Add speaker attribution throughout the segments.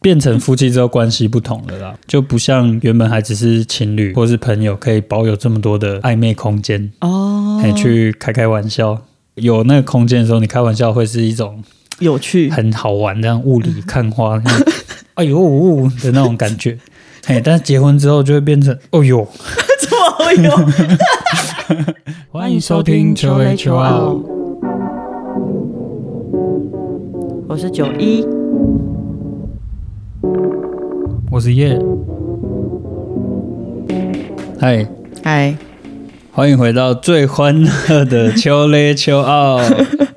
Speaker 1: 变成夫妻之后关系不同了啦， 就不像原本还只是情侣或是朋友，可以保有这么多的暧昧空间，
Speaker 2: 哦
Speaker 1: 可以去开开玩笑。有那个空间的时候，你开玩笑会是一种
Speaker 2: 有趣，
Speaker 1: 很好玩，这样雾里看花，那 种哎呦呜的那种感 觉。嘿，但是结婚之后就会变成，哦呦，
Speaker 2: 怎么有？
Speaker 1: 欢迎收听求 A 求啊，
Speaker 2: 我是九一，
Speaker 1: 啊我是叶。嗨，
Speaker 2: 嗨，
Speaker 1: 欢迎回到最欢乐的秋嘞秋 奥，啊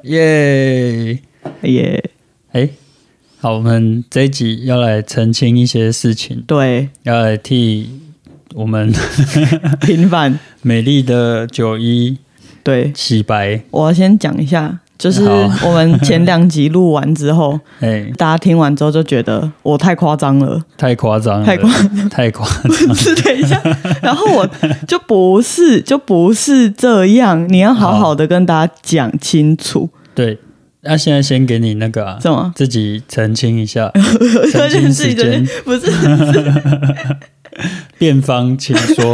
Speaker 1: 耶！
Speaker 2: 耶，
Speaker 1: 哎，好，我们这一集要来澄清一些事情，
Speaker 2: 对，
Speaker 1: 要来替我们
Speaker 2: 平凡，
Speaker 1: 美丽的九一
Speaker 2: 对
Speaker 1: 洗白。
Speaker 2: 我要先讲一下。就是
Speaker 1: 好
Speaker 2: 我们前两集录完之后，
Speaker 1: 哎，
Speaker 2: 大家听完之后就觉得我太夸张 了，
Speaker 1: 太夸张了，
Speaker 2: 太夸
Speaker 1: 太夸
Speaker 2: 是等一下，然后我就不是就不是这样，你要好好的跟大家讲清楚，
Speaker 1: 对。那现在先给你那个、啊
Speaker 2: 是，吗？
Speaker 1: 自己澄清一 下，澄
Speaker 2: 这件
Speaker 1: 清
Speaker 2: 事
Speaker 1: 时
Speaker 2: 情就是
Speaker 1: 间，
Speaker 2: 不是
Speaker 1: 辩方请 说。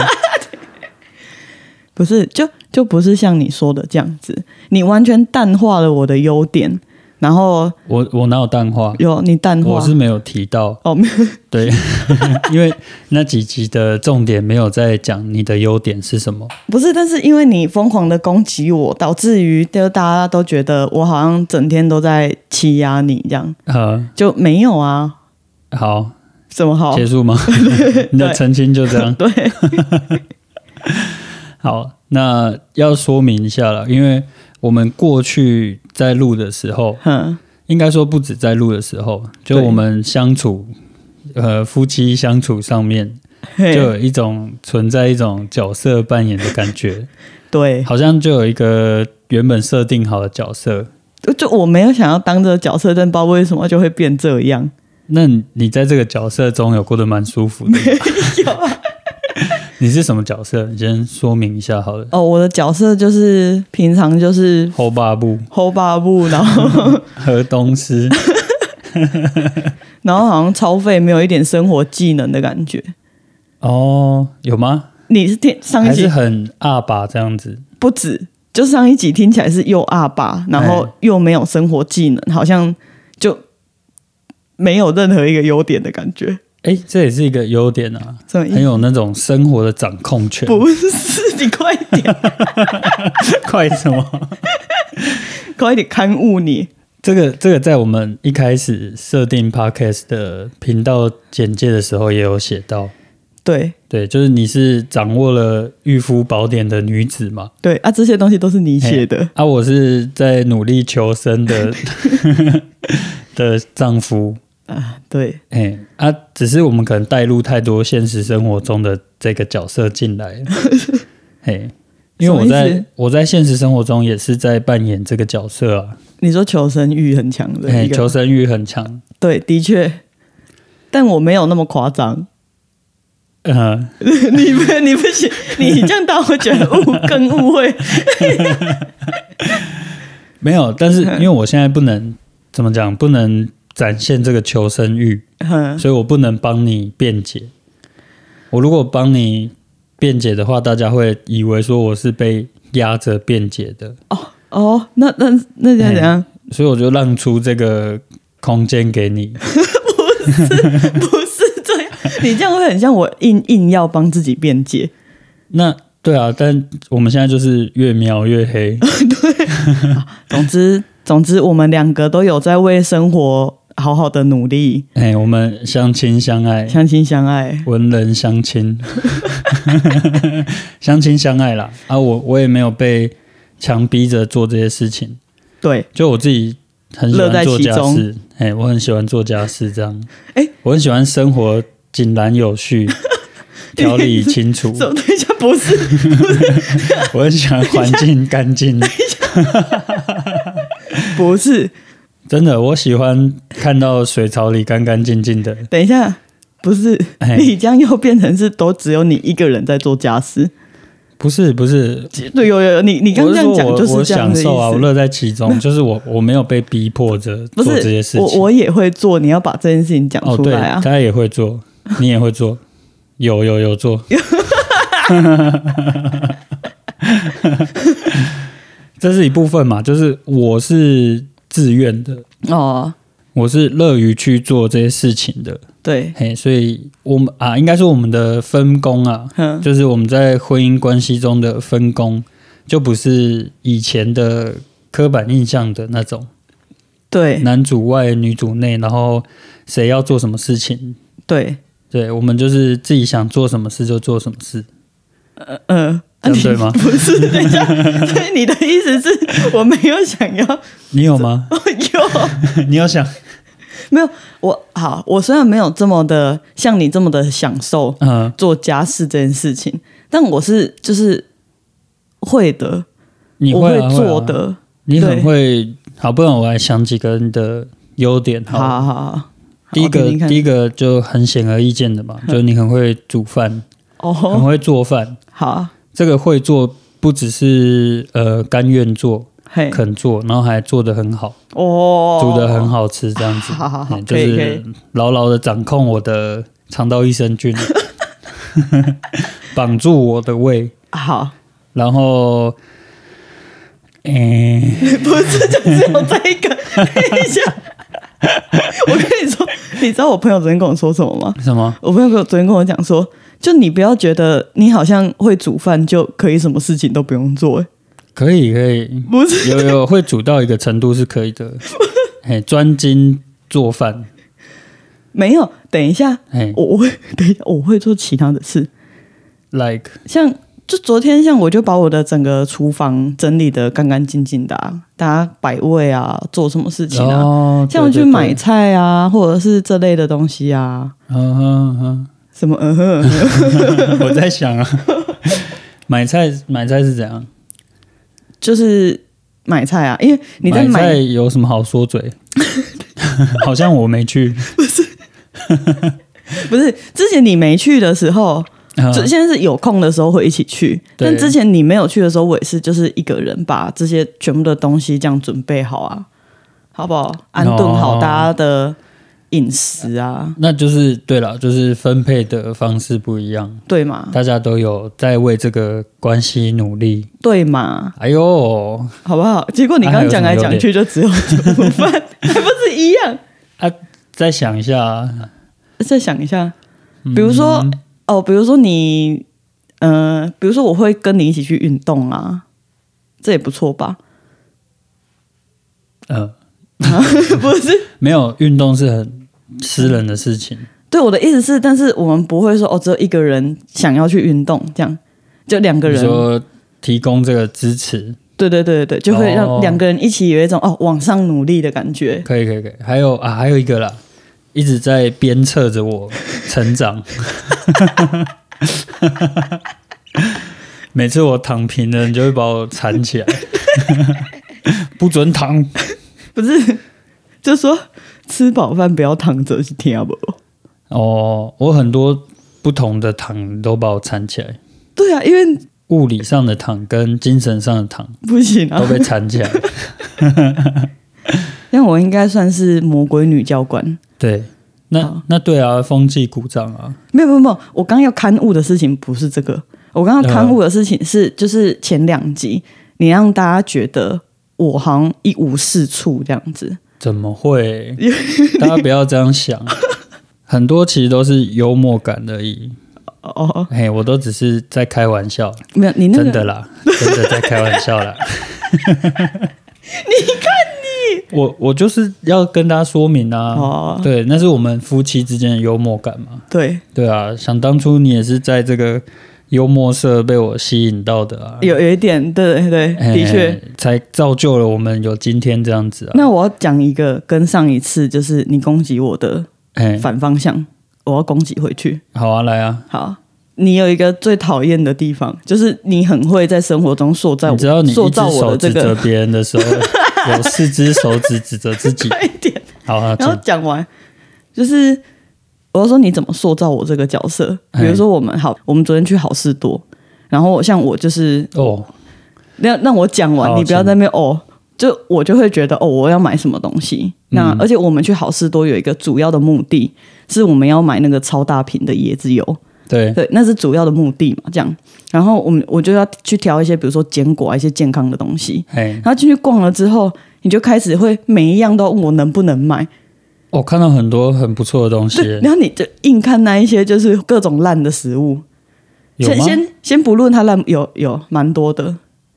Speaker 2: 不是，就就不是像你说的这样子，你完全淡化了我的优点，然后
Speaker 1: 我我哪有淡化？
Speaker 2: 有你淡化
Speaker 1: 我是没有提到，
Speaker 2: 哦，没有
Speaker 1: 对， 因为那几集的重点没有在讲你的优点是什么。
Speaker 2: 不是，但是因为你疯狂的攻击我，导致于就大家都觉得我好像整天都在欺压你这样，
Speaker 1: 呃，
Speaker 2: 就没有啊，
Speaker 1: 好，
Speaker 2: 怎么好
Speaker 1: 结？束 吗？你的澄清就这样。
Speaker 2: 对，
Speaker 1: 好，那要说明一下了，因为我们过去在录的时候，
Speaker 2: 嗯，
Speaker 1: 应该说不止在录的时候，就
Speaker 2: 对
Speaker 1: 我们相处，呃，夫妻相处上面，就
Speaker 2: 嘿
Speaker 1: 有一种存在一种角色扮演的感觉，
Speaker 2: 对，
Speaker 1: 好像就有一个原本设定好的角色。
Speaker 2: 就我没有想要当这个角色，但不知道为什么就会变这样，
Speaker 1: 那你在这个角色中有过得蛮舒服 的？你是什么角色？你先说明一下好了。
Speaker 2: 哦，我的角色就是平常就是
Speaker 1: 后八部
Speaker 2: hold 把布，然后
Speaker 1: 河东 狮，
Speaker 2: 然后好像超费，没有一点生活技能的感觉。
Speaker 1: 哦，有吗？
Speaker 2: 你是听上一
Speaker 1: 还是
Speaker 2: 集
Speaker 1: 很阿爸这样子？
Speaker 2: 不止，就上一集听起来是又阿爸，然后
Speaker 1: 哎
Speaker 2: 又没有生活技能，好像就没有任何一个优点的感觉。
Speaker 1: 哎，这也是一个优点啊，
Speaker 2: 什么意
Speaker 1: 很
Speaker 2: 思？
Speaker 1: 有那种生活的掌控权。
Speaker 2: 不是，你快点，
Speaker 1: 快什么？
Speaker 2: 快点刊物你。
Speaker 1: 这个这个在我们一开始设定 podcast 的频道简介的时候也有写到，
Speaker 2: 对
Speaker 1: 对，就是你是掌握了御夫宝典的女子嘛，
Speaker 2: 对啊，这些东西都是你写的。
Speaker 1: 啊，我是在努力求生的 的丈夫，
Speaker 2: 对
Speaker 1: 哎、啊，只是我们可能带入太多现实生活中的这个角色进来 了，嘿，因为我
Speaker 2: 什么意
Speaker 1: 在
Speaker 2: 思
Speaker 1: 我在现实生活中也是在扮演这个角色啊，
Speaker 2: 你说求生欲很强的
Speaker 1: 哎，
Speaker 2: 一个，
Speaker 1: 求生欲很强，
Speaker 2: 对，的确，但我没有那么夸张。
Speaker 1: 嗯、
Speaker 2: 你不，你不行，你这样大家会觉得误更误会。
Speaker 1: 没有，但是因为我现在不能怎么讲，不能展现这个求生欲，
Speaker 2: 嗯，
Speaker 1: 所以我不能帮你辩解。我如果帮你辩解的话，大家会以为说我是被压着辩解的，
Speaker 2: 哦，那那那要怎样？
Speaker 1: 所以我就让出这个空间给你。
Speaker 2: 不是这样，你这样会很像我硬硬要帮自己 辩解。
Speaker 1: 那对啊，但我们现在就是越描越 黑，
Speaker 2: 总之，总之，我们两个都有在为生活好好的努力，
Speaker 1: 哎、我们相亲相 爱，
Speaker 2: 相亲相爱。
Speaker 1: 文人相亲， 相亲相爱啦。啊，我我也没有被强逼着做这些事情。
Speaker 2: 对，
Speaker 1: 就我自己很喜欢做家
Speaker 2: 乐在其
Speaker 1: 事，哎、我很喜欢做家事这样。
Speaker 2: 哎
Speaker 1: 我很喜欢生活井然有 序、条理清楚，
Speaker 2: 怎么等一下不 是？
Speaker 1: 我很喜欢环境干净。
Speaker 2: 不是，
Speaker 1: 真的，我喜欢看到水槽里干干净净的。
Speaker 2: 等一下不是，
Speaker 1: 哎、
Speaker 2: 你这样又变成是都只有你一个人在做家事。
Speaker 1: 不是不是，
Speaker 2: 对，有有有，你你刚这样讲
Speaker 1: 我
Speaker 2: 就是
Speaker 1: 说我我
Speaker 2: 是这样
Speaker 1: 享
Speaker 2: 的意思。
Speaker 1: 受啊，我乐在其 中，就是我我没有被逼迫着
Speaker 2: 不
Speaker 1: 做这些
Speaker 2: 是
Speaker 1: 事
Speaker 2: 我
Speaker 1: 情。
Speaker 2: 我也会做，你要把这件事情讲
Speaker 1: 哦，
Speaker 2: 出
Speaker 1: 对，
Speaker 2: 来啊。
Speaker 1: 他也会做，你也会做，有有有做。 这是一部分嘛，就是我是自愿的，
Speaker 2: 哦，
Speaker 1: 我是乐于去做这些事情的，
Speaker 2: 对，
Speaker 1: 嘿，所以我们啊，应该说我们的分工啊，
Speaker 2: 嗯，
Speaker 1: 就是我们在婚姻关系中的分工，就不是以前的刻板印象的那种
Speaker 2: 对
Speaker 1: 男主外女主内，然后谁要做什么事情，
Speaker 2: 对，
Speaker 1: 对我们就是自己想做什么事就做什么事，
Speaker 2: 呃呃，
Speaker 1: 这
Speaker 2: 啊
Speaker 1: 样
Speaker 2: 你
Speaker 1: 对吗
Speaker 2: 不是，等一下，所以你的意思是我没有想要，
Speaker 1: 你有吗？
Speaker 2: 哦，有
Speaker 1: 你有想？
Speaker 2: 没有？我好，我虽然没有这么的像你这么的享受
Speaker 1: 嗯，
Speaker 2: 做家事这件事情，但我是就是会的，
Speaker 1: 你
Speaker 2: 我
Speaker 1: 啊会
Speaker 2: 做
Speaker 1: 啊
Speaker 2: 的。
Speaker 1: 你
Speaker 2: 对
Speaker 1: 很会。好，不然我来想几个你的优点。
Speaker 2: 好
Speaker 1: 啊好了，
Speaker 2: 好好好，
Speaker 1: 第一个，第
Speaker 2: 一
Speaker 1: 一个就很显而易见的嘛，就是你很会煮饭，很
Speaker 2: 哦，
Speaker 1: 会做饭。
Speaker 2: 好啊，
Speaker 1: 这个会做不只是呃甘愿做、
Speaker 2: 嘿，
Speaker 1: 肯做，然后还做得很好，
Speaker 2: 哦，
Speaker 1: 煮得很好吃这样子，
Speaker 2: 好好好
Speaker 1: 嗯就
Speaker 2: 可以可以
Speaker 1: 是牢牢的掌控我的肠道益生菌， 绑住我的胃，
Speaker 2: 好，
Speaker 1: 然后，诶、
Speaker 2: 不是就只有这一个，等一下， 我跟你说，你知道我朋友昨天跟我说什么吗？
Speaker 1: 什么？
Speaker 2: 我朋友跟我昨天跟我讲说，就你不要觉得你好像会煮饭就可以什么事情都不用做、欸
Speaker 1: 可以可以，
Speaker 2: 不是？
Speaker 1: 有有会煮到一个程度是可以的，嘿，专精做饭，
Speaker 2: 没有，等一下，
Speaker 1: 嘿
Speaker 2: 我我会 等一下我会做其他的事，
Speaker 1: ，like
Speaker 2: 像就昨天，像我就把我的整个厨房整理的干干净净的、啊，大家摆位啊，做什么事情啊，
Speaker 1: 哦，
Speaker 2: 像我
Speaker 1: 对
Speaker 2: 去买，
Speaker 1: 对对
Speaker 2: 菜啊，或者是这类的东西啊，
Speaker 1: 嗯哼哼。
Speaker 2: 什么嗯哼嗯 哼
Speaker 1: 我在想啊， 买菜买菜是怎样？
Speaker 2: 就是买菜啊，因为你在
Speaker 1: 买
Speaker 2: 买
Speaker 1: 菜有什么好说嘴？ 好像我没去，
Speaker 2: 不是之前你没去的时候，
Speaker 1: 啊
Speaker 2: 就现在是有空的时候会一起去，
Speaker 1: 对
Speaker 2: 但之前你没有去的时候，我也是就是一个人把这些全部的东西这样准备好啊，好不好？安顿好
Speaker 1: 哦
Speaker 2: 大家的饮食啊，
Speaker 1: 那就是对了，就是分配的方式不一样，
Speaker 2: 对嘛？
Speaker 1: 大家都有在为这个关系努力。
Speaker 2: 对嘛？
Speaker 1: 哎呦，
Speaker 2: 好不好？结果你刚刚讲来讲去就只有煮饭，还不是一样？
Speaker 1: 再想一下，
Speaker 2: 再想一下，比如说、哦，比如说你，呃，比如说我会跟你一起去运动啊，这也不错吧？
Speaker 1: 呃，
Speaker 2: 不是，
Speaker 1: 没有运动是很私人的事情，
Speaker 2: 对我的意思是，但是我们不会说哦，只有一个人想要去运动，这样就两个
Speaker 1: 你
Speaker 2: 人，
Speaker 1: 说提供这个支持，
Speaker 2: 对对对对对，就会让
Speaker 1: 哦
Speaker 2: 两个人一起有一种哦往上努力的感觉。
Speaker 1: 可以可以可以，还有啊，还有一个啦，一直在鞭策着我成长。每次我躺平了，你就会把我缠起来， 不准躺。
Speaker 2: 不是， 就说吃饱饭不要躺着，是听不？
Speaker 1: 哦，我很多不同的躺都把我缠起来，
Speaker 2: 对啊，因为
Speaker 1: 物理上的躺跟精神上的躺
Speaker 2: 不行啊
Speaker 1: 都，被缠起来。
Speaker 2: 那我应该算是魔鬼女教官。
Speaker 1: 对，那那对啊，风纪鼓掌啊，
Speaker 2: 没有没有没有，我刚要刊物的事情不是这个，我刚要刊物的事情
Speaker 1: 嗯
Speaker 2: 是、就是前两集，你让大家觉得我好像一无是处这样子。
Speaker 1: 怎么 会？大家不要这样想，很多其实都是幽默感而已。
Speaker 2: 哦哦，哦，
Speaker 1: 嘿，我都只是在开玩笑，
Speaker 2: 没有你 那
Speaker 1: 真
Speaker 2: 个
Speaker 1: 的啦，真的在开玩笑啦。你看你， 我我就是要跟大家说明啊，
Speaker 2: 哦
Speaker 1: 对，那是我们夫妻之间的幽默感嘛，
Speaker 2: 对，
Speaker 1: 对啊，想当初你也是在这个幽默社被我吸引到的啊，
Speaker 2: 有有一点对对对，
Speaker 1: 嘿
Speaker 2: 的确。
Speaker 1: 才造就了我们有今天这样子啊，
Speaker 2: 那我要讲一个跟上一次就是你攻击我的
Speaker 1: 哎，
Speaker 2: 反方向，我要攻击回去。
Speaker 1: 好啊，来啊，
Speaker 2: 好，你有一个最讨厌的地方，就是你很会在生活中塑造
Speaker 1: 你知道你
Speaker 2: 塑
Speaker 1: 一
Speaker 2: 造
Speaker 1: 只
Speaker 2: 我
Speaker 1: 手
Speaker 2: 的这
Speaker 1: 指
Speaker 2: 个
Speaker 1: 着别人的时候， 有四只手指指着自己，
Speaker 2: 一点。
Speaker 1: 好啊，
Speaker 2: 然后
Speaker 1: 请
Speaker 2: 讲完，就是我要说你怎么塑造我这个角色。比如说我们好，我们昨天去好事多，然然后像我就是
Speaker 1: 哦，
Speaker 2: 让让我讲完，
Speaker 1: 好
Speaker 2: 你不要在那边哦。就我就会觉得哦，我要买什么东西。那、而且我们去好事多有一个主要的目的，是我们要买那个超大瓶的椰子油。
Speaker 1: 对，
Speaker 2: 对，那是主要的目的嘛，这样。然后我们我就要去挑一些，比如说坚果啊，一些健康的东西。
Speaker 1: 哎，
Speaker 2: 然后进去逛了之后，你就开始会每一样都问我能不能买，
Speaker 1: 我看到很多很不错的东西，
Speaker 2: 对，然后你就硬看那一些就是各种烂的食物。
Speaker 1: 有
Speaker 2: 先
Speaker 1: 吗？
Speaker 2: 先先不论它烂，有有蛮多的，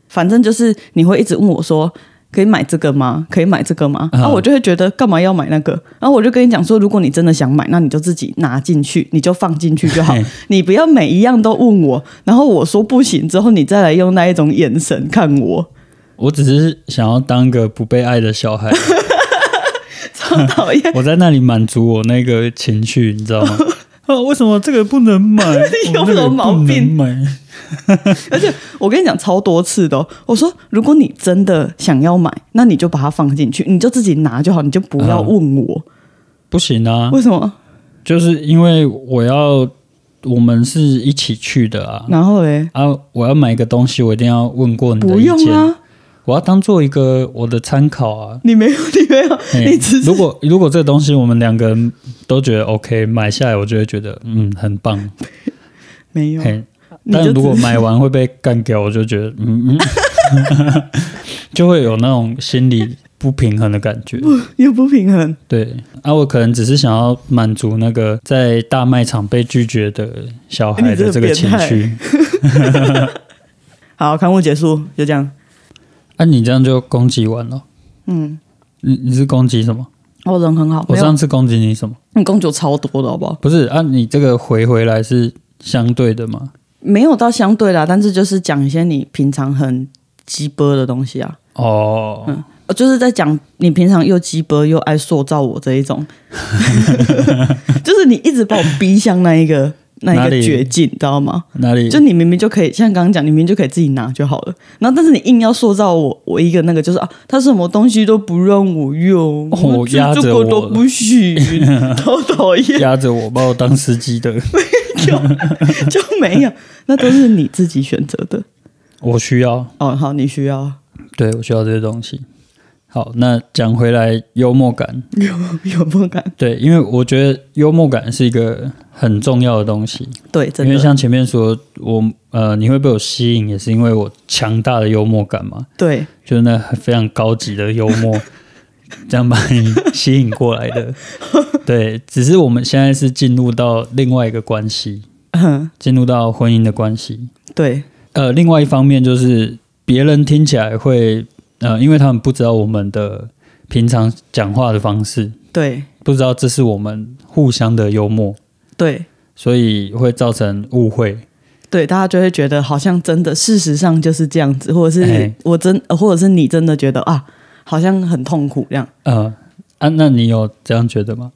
Speaker 2: 反正就是你会一直问我说。可以买这个吗？可以买这个吗？
Speaker 1: 嗯
Speaker 2: 然后我就会觉得干嘛要买那个？然后我就跟你讲说，如果你真的想买，那你就自己拿进去，你就放进去就好
Speaker 1: 嘿。
Speaker 2: 你不要每一样都问我，然后我说不行之后，你再来用那一种眼神看我，
Speaker 1: 我只是想要当个不被爱的小 孩，啊
Speaker 2: 超讨厌。
Speaker 1: 我在那里满足我那个情绪，你知 道吗？
Speaker 2: 哦
Speaker 1: 啊，为什么这个不能 买？
Speaker 2: 你有
Speaker 1: 我那个
Speaker 2: 什么毛
Speaker 1: 不能
Speaker 2: 病
Speaker 1: 买？
Speaker 2: 我跟你讲超多次的哦、我说如果你真的想要买，那你就把它放进去，你就自己拿就好，你就不要问我、
Speaker 1: 不行啊，
Speaker 2: 为什么。
Speaker 1: 就是因为我要，我们是一起去的啊。
Speaker 2: 然后嘞，
Speaker 1: 啊，我要买一个东西，我一定要问过你的
Speaker 2: 不
Speaker 1: 意见。
Speaker 2: 用啊，
Speaker 1: 我要当做一个我的参考 啊。
Speaker 2: 你没有，你没有，
Speaker 1: 嘿
Speaker 2: 你只是
Speaker 1: 如果如果这个东西我们两个人都觉得 OK，买下来我就会觉得嗯很棒。
Speaker 2: 没有，
Speaker 1: 嘿，
Speaker 2: 你就
Speaker 1: 但
Speaker 2: 只
Speaker 1: 如果买完会被干掉，我就觉得嗯 嗯，就会有那种心理不平衡的感觉。
Speaker 2: 又不平衡。
Speaker 1: 对，啊，我可能只是想要满足那个在大卖场被拒绝的小孩
Speaker 2: 哎你这
Speaker 1: 的
Speaker 2: 个
Speaker 1: 这个
Speaker 2: 变
Speaker 1: 情
Speaker 2: 态
Speaker 1: 绪。
Speaker 2: 好，刊物结束，就这样。
Speaker 1: 啊，你这样就攻击完了。
Speaker 2: 嗯，
Speaker 1: 你你是攻击什么？
Speaker 2: 哦，人很好，
Speaker 1: 我
Speaker 2: 没有，
Speaker 1: 上次攻击你什么？
Speaker 2: 你工作超多的好不好？
Speaker 1: 不是啊，你这个回回来是相对的嘛？
Speaker 2: 没有到相对啦，但是就是讲一些你平常很鸡巴的东西啊，
Speaker 1: 哦，
Speaker 2: 呃就是在讲你平常又鸡巴又爱塑造我这 一种， 就是你一直把我逼向那一个那
Speaker 1: 哪
Speaker 2: 一
Speaker 1: 里
Speaker 2: 个绝境，你知道吗？
Speaker 1: 哪里？
Speaker 2: 就你明明就可以，像刚刚讲，你明明就可以自己拿就好了。然后，但是你硬要塑造我，我一个那个就是啊，他什么东西都不让我用，
Speaker 1: 哦
Speaker 2: 我
Speaker 1: 压着
Speaker 2: 这
Speaker 1: 我
Speaker 2: 个都不行，好 讨厌，
Speaker 1: 压着我把我当司机的，
Speaker 2: 就没有，那都是你自己选择的。
Speaker 1: 我需要，
Speaker 2: 哦，好，你需要
Speaker 1: 对我需要这些东西。好，那讲回来幽默感，
Speaker 2: 有有梦感，
Speaker 1: 对，因为我觉得幽默感是一个很重要的东西，
Speaker 2: 对，
Speaker 1: 因
Speaker 2: 真
Speaker 1: 为
Speaker 2: 的，
Speaker 1: 像前面说，我呃你会被我吸引，也是因为我强大的幽默感嘛，
Speaker 2: 对
Speaker 1: 就是那非常高级的幽默， 这样把你吸引过来的。对，只是我们现在是进入到另外一个关系，进入到婚姻的关系。
Speaker 2: 对，
Speaker 1: 呃，另外一方面就是别人听起来会，呃，因为他们不知道我们的平常讲话的方式，
Speaker 2: 对，
Speaker 1: 不知道这是我们互相的幽默，
Speaker 2: 对，
Speaker 1: 所以会造成误会。
Speaker 2: 对，大家就会觉得好像真的，事实上就是这样子，或者是
Speaker 1: 哎
Speaker 2: 我真，呃或者是你真的觉得啊，好像很痛苦这样。
Speaker 1: 呃，啊，那你有这样觉得吗？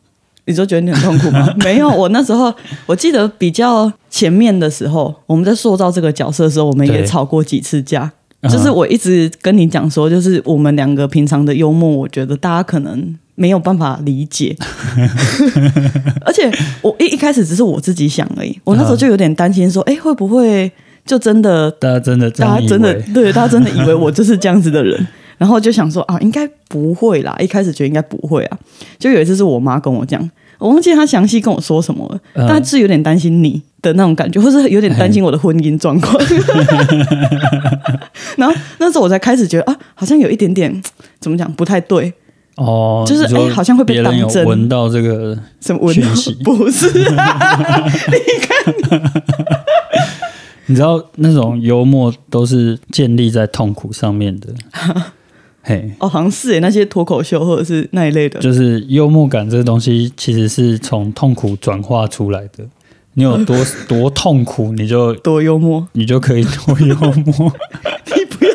Speaker 2: 你就觉得你很痛苦吗？没有，我那时候我记得比较前面的时候，我们在塑造这个角色的时候，我们也
Speaker 1: 对嗯
Speaker 2: 吵过几次架。就是
Speaker 1: 啊
Speaker 2: 我一直跟你讲说，就是我们两个平常的幽默，我觉得大家可能没有办法理解。而且我一一开始只是我自己想而已，我那时候就有点担心说，哎、会不会就真的
Speaker 1: 大家真的这样
Speaker 2: 大家真的
Speaker 1: 以为
Speaker 2: 对，大家真的以为我就是这样子的 人，然后就想说啊，应该不会啦，一开始觉得应该不会啊。就有一次是我妈跟我讲，我忘记她详细跟我说什么了，
Speaker 1: 嗯
Speaker 2: 但是有点担心你的那种感觉，或是有点担心我的婚姻状 况。然后那时候我才开始觉得啊，好像有一点点怎么讲不太对，
Speaker 1: 哦，
Speaker 2: 就是
Speaker 1: 你说
Speaker 2: 哎好像会被
Speaker 1: 别人有
Speaker 2: 当真
Speaker 1: 闻到这个
Speaker 2: 什么我
Speaker 1: 讯息
Speaker 2: 不是、啊，
Speaker 1: 你知道那种幽默都是建立在痛苦上面 的，嘿，
Speaker 2: 哦，好像是耶那些脱口秀或者是那一类的，
Speaker 1: 就是幽默感这个东西其实是从痛苦转化出来的。你有 多多痛苦，你就
Speaker 2: 多幽默。
Speaker 1: 你就可以多幽默。
Speaker 2: 你不要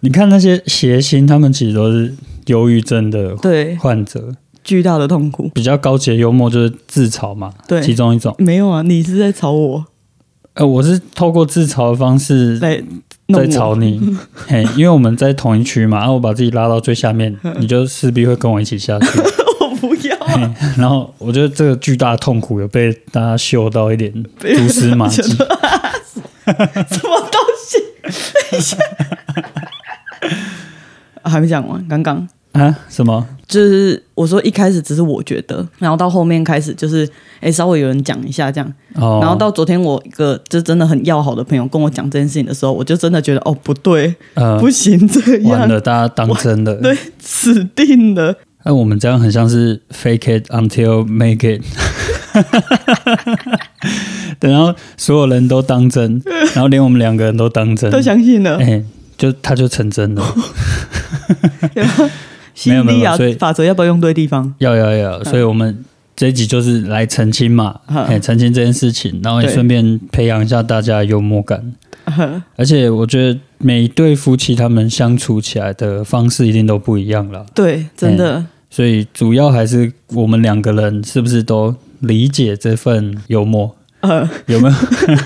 Speaker 1: 你看那些谐星，他们其实都是忧郁症的
Speaker 2: 对
Speaker 1: 患者。
Speaker 2: 巨大的痛苦，
Speaker 1: 比较高级的幽默就是自嘲嘛，
Speaker 2: 对
Speaker 1: 其中一种。
Speaker 2: 没有啊，你是在吵我。
Speaker 1: 呃，我是透过自嘲的方式
Speaker 2: 在弄
Speaker 1: 在
Speaker 2: 我
Speaker 1: 吵你，嘿，因为我们在同一区嘛，然、后我把自己拉到最下面，你就势必会跟我一起下去。
Speaker 2: 我不要啊、
Speaker 1: 然 后我觉得这个巨大的痛苦有被大家嗅到一点蛛丝马迹，
Speaker 2: 什么东西？等一下，啊还没讲完，刚刚。
Speaker 1: 啊？什么？
Speaker 2: 就是我说一开始只是我觉得，然后到后面开始就是，哎、稍微有人讲一下这样，
Speaker 1: 哦，
Speaker 2: 然后到昨天我一个就真的很要好的朋友跟我讲这件事情的时候，我就真的觉得哦不对，
Speaker 1: 呃，
Speaker 2: 不行这
Speaker 1: 完
Speaker 2: 样，
Speaker 1: 了，嗯大家当真了。
Speaker 2: 对，死定了。
Speaker 1: 那、我们这样很像是 fake it until make it，等到所有人都当真，然后连我们两个人都当真，
Speaker 2: 都相 信了
Speaker 1: 哎、，就他就成真了。
Speaker 2: 吸引
Speaker 1: 没有
Speaker 2: 力
Speaker 1: 没
Speaker 2: 啊
Speaker 1: 有所以
Speaker 2: 法则要不要用对地方？
Speaker 1: 要要要，所以我们这一集就是来澄清嘛，
Speaker 2: 嗯
Speaker 1: 哎，澄清这件事情，然后也
Speaker 2: 对
Speaker 1: 顺便培养一下大家的幽默感。而且我觉得每一对夫妻他们相处起来的方式一定都不一样啦，
Speaker 2: 对，真的，
Speaker 1: 所以主要还是我们两个人是不是都理解这份幽 默，
Speaker 2: 呃，
Speaker 1: 有没有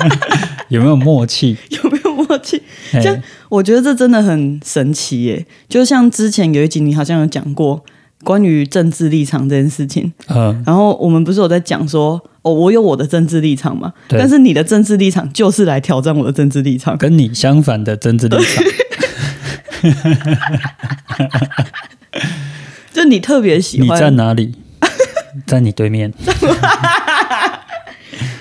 Speaker 1: 有没有默契？
Speaker 2: 有没有默契？
Speaker 1: 哎
Speaker 2: 这样我觉得这真的很神奇耶！就像之前有一集你好像有讲过关于政治立场这件事情，
Speaker 1: 嗯，
Speaker 2: 然后我们不是有在讲说，哦，我有我的政治立场嘛，
Speaker 1: 对
Speaker 2: 但是你的政治立场就是来挑战我的政治立场，
Speaker 1: 跟你相反的政治立场，
Speaker 2: 就你特别 喜
Speaker 1: 你站
Speaker 2: 欢，
Speaker 1: 哪里？在你对面。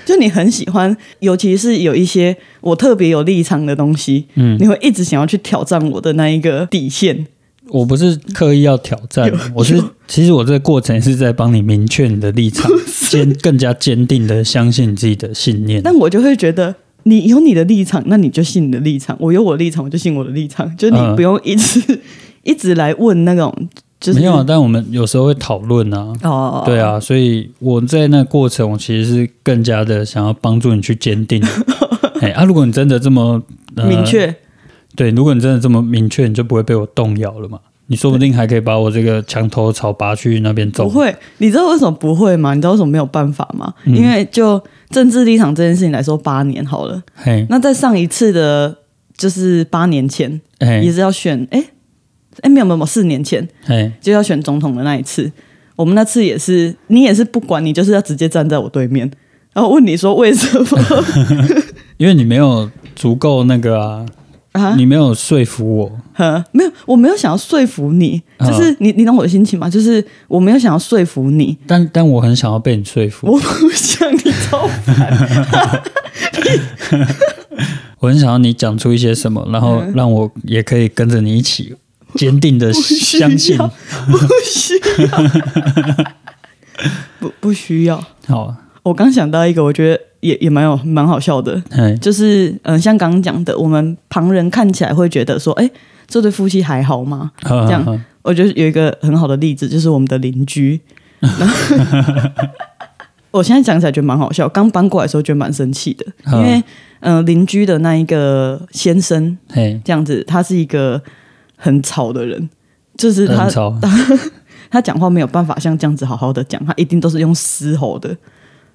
Speaker 2: 就你很喜欢，尤其是有一些我特别有立场的东西，
Speaker 1: 嗯
Speaker 2: 你会一直想要去挑战我的那一个底线，
Speaker 1: 我不是刻意要挑战
Speaker 2: 有，
Speaker 1: 我是其实我这个过程是在帮你明确你的立 场，坚更加坚定的相信你自己的信念。
Speaker 2: 但我就会觉得。你有你的立场，那你就信你的立场；我有我的立场，我就信我的立场。就是你
Speaker 1: 嗯
Speaker 2: 不用一直、 一直来问那种，就是
Speaker 1: 没有啊，但我们有时候会讨论啊，
Speaker 2: 哦，
Speaker 1: 对啊，所以我在那个过程，我其实是更加的想要帮助你去坚 定。哎，啊，如果你真的这么、呃
Speaker 2: 明，确
Speaker 1: 对，如果你真的这么明确，你就不会被我动摇了嘛。你说不定还可以把我这个墙头草拔去那边
Speaker 2: 不
Speaker 1: 种。
Speaker 2: 会，你知道为什么不会吗？你知道为什么没有办法吗？
Speaker 1: 嗯
Speaker 2: 因为就政治立场这件事情来说，八年好了。
Speaker 1: 嘿，
Speaker 2: 那在上一次的，就是八年前，也
Speaker 1: 嘿，
Speaker 2: 是要选，哎、哎，没有没有没有，四年前
Speaker 1: 嘿，
Speaker 2: 就要选总统的那一次，我们那次也是，你也是不管你，就是要直接站在我对面，然后问你说为什么
Speaker 1: 因为你没有足够那个啊，
Speaker 2: 啊？
Speaker 1: 你没有说服我。
Speaker 2: 呵没有，我没有想要说服你，
Speaker 1: 啊
Speaker 2: 就是你，你懂我的心情吗？就是我没有想要说服你，
Speaker 1: 但但我很想要被你说服，我
Speaker 2: 我不想你超
Speaker 1: 很想要你讲出一些什么，然后
Speaker 2: 嗯
Speaker 1: 让我也可以跟着你一起坚定的
Speaker 2: 需要
Speaker 1: 相信。
Speaker 2: 不需要， 不不需要。
Speaker 1: 好，啊
Speaker 2: 我刚想到一个，我觉得也也蛮有蛮好笑的，
Speaker 1: 嘿，
Speaker 2: 就是嗯、呃像刚刚讲的，我们旁人看起来会觉得说，哎，这对夫妻还好吗？
Speaker 1: 好啊
Speaker 2: 这样
Speaker 1: 好好
Speaker 2: 我觉得有一个很好的例子，就是我们的邻居。 我现在讲起来觉得蛮好笑，刚搬过来的时候觉得蛮生气的，
Speaker 1: 啊
Speaker 2: 因为嗯、呃邻居的那一个先生
Speaker 1: 嘿，
Speaker 2: 这样子，他是一个很吵的人，就是他
Speaker 1: 很吵，啊
Speaker 2: 他讲话没有办法像这样子好好的讲，他一定都是用嘶吼的，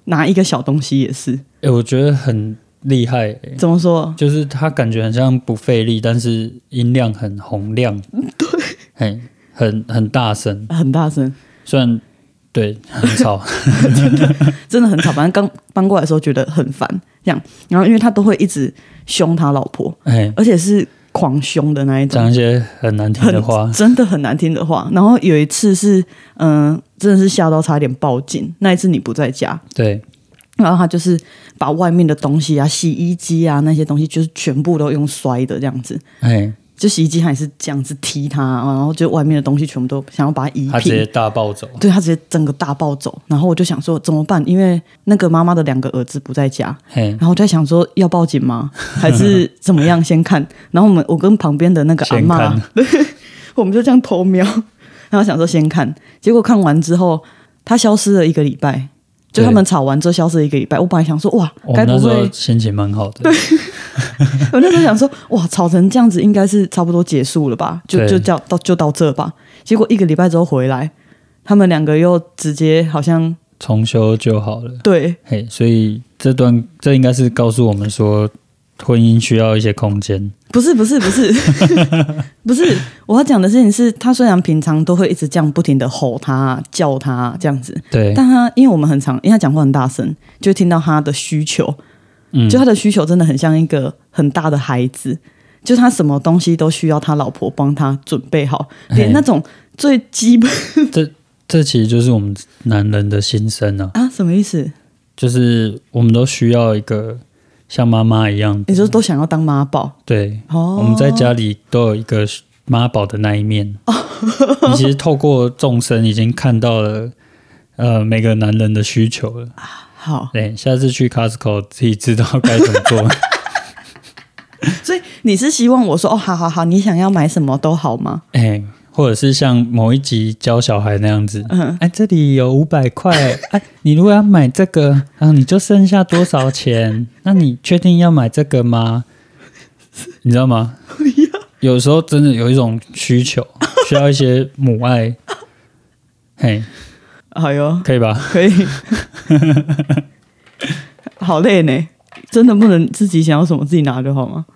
Speaker 2: 拿一个小东西也是。
Speaker 1: 哎，我觉得很厉害、欸
Speaker 2: 怎么说？
Speaker 1: 就是他感觉很像不费力，但是音量很洪亮，对，嘿，很很大声，
Speaker 2: 很大声，
Speaker 1: 虽然对很 吵，
Speaker 2: 真的很吵。反正刚搬过来的时候觉得很烦，这样。然后因为他都会一直凶他老婆，
Speaker 1: 嘿，
Speaker 2: 而且是狂凶的那一种
Speaker 1: 讲，一些很难听
Speaker 2: 很
Speaker 1: 的话，
Speaker 2: 真的很难听的话。然后有一次是，嗯、真的是吓到差点报警。那一次你不在家，
Speaker 1: 对，
Speaker 2: 然后他就是把外面的东西啊、洗衣机啊那些东西，就是全部都用摔的这样子。
Speaker 1: 嘿，
Speaker 2: 就洗衣机还是这样子踢他，然后就外面的东西全部都想要把它移
Speaker 1: 他直接
Speaker 2: 平，
Speaker 1: 大暴走，
Speaker 2: 对他直接整个大暴走。然后我就想说怎么办？因为那个妈妈的两个儿子不在家，
Speaker 1: 嘿
Speaker 2: 然，后我在想说要报警吗？还是怎么样？先看。然后我们我跟旁边的那个阿
Speaker 1: 先
Speaker 2: 妈
Speaker 1: 看，
Speaker 2: 对， 我们就这样偷瞄，然后想说先看。结果看完之后，他消失了一个礼拜。就
Speaker 1: 对
Speaker 2: 他们吵完之后消失了一个礼拜，我本来想说哇，
Speaker 1: 我
Speaker 2: 该
Speaker 1: 们哦
Speaker 2: 不
Speaker 1: 那时
Speaker 2: 会
Speaker 1: 候心情蛮好的，
Speaker 2: 我那时候想说，哇，吵成这样子，应该是差不多结束了吧？就
Speaker 1: 对
Speaker 2: 就叫到就到这吧。结果一个礼拜之后回来，他们两个又直接好像
Speaker 1: 重修就好了。
Speaker 2: 对
Speaker 1: 嘿，所以这段这应该是告诉我们说，婚姻需要一些空间。
Speaker 2: 不是不是不 是不是，我要讲的事情是，他虽然平常都会一直这样不停的吼他、叫他这样子，
Speaker 1: 对，
Speaker 2: 但他因为我们很常，因为他讲话很大声，就会听到他的需求，
Speaker 1: 嗯
Speaker 2: 就他的需求真的很像一个很大的孩子，就他什么东西都需要他老婆帮他准备好，
Speaker 1: 嘿
Speaker 2: 连那种最基本，
Speaker 1: 这其实就是我们男人的心声啊
Speaker 2: 啊，什么意思？
Speaker 1: 就是我们都需要一个像妈妈一样的，
Speaker 2: 你就都想要当妈宝
Speaker 1: 对，
Speaker 2: 哦？
Speaker 1: 我们在家里都有一个妈宝的那一 面。你其实透过众生已经看到了，呃，每个男人的需求了。
Speaker 2: 好，
Speaker 1: 对，下次去 Costco 自己知道该怎么做。
Speaker 2: 所以你是希望我说哦，好好好，你想要买什么都好吗？
Speaker 1: 哎、或者是像某一集教小孩那样子，
Speaker 2: 嗯
Speaker 1: 哎，这里有五百块， 哎，你如果要买这个，啊，你就剩下多少钱？那你确定要买这个吗？你知道吗？有时候真的有一种需求，需要一些母爱，嘿，
Speaker 2: 哎呦，
Speaker 1: 可以吧？
Speaker 2: 可以， 好累呢，真的不能自己想要什么自己拿就好吗？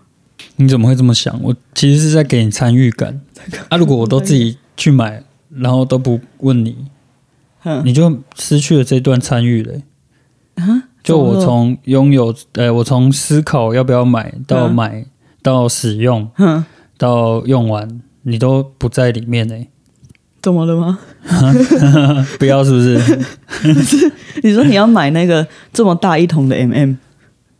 Speaker 1: 你怎么会这么想？我其实是在给你参与感。啊，如果我都自己去买，然后都不问你，
Speaker 2: 嗯
Speaker 1: 你就失去了这段参与了欸、
Speaker 2: 啊，
Speaker 1: 就我
Speaker 2: 怎么了
Speaker 1: 从拥有，呃，我从思考要不要买到
Speaker 2: 嗯
Speaker 1: 买、到使用
Speaker 2: 哼，
Speaker 1: 到用完，你都不在里面 呢、
Speaker 2: 怎么了吗？
Speaker 1: 不要是不是？
Speaker 2: 你说你要买那个这么大一桶的 MM，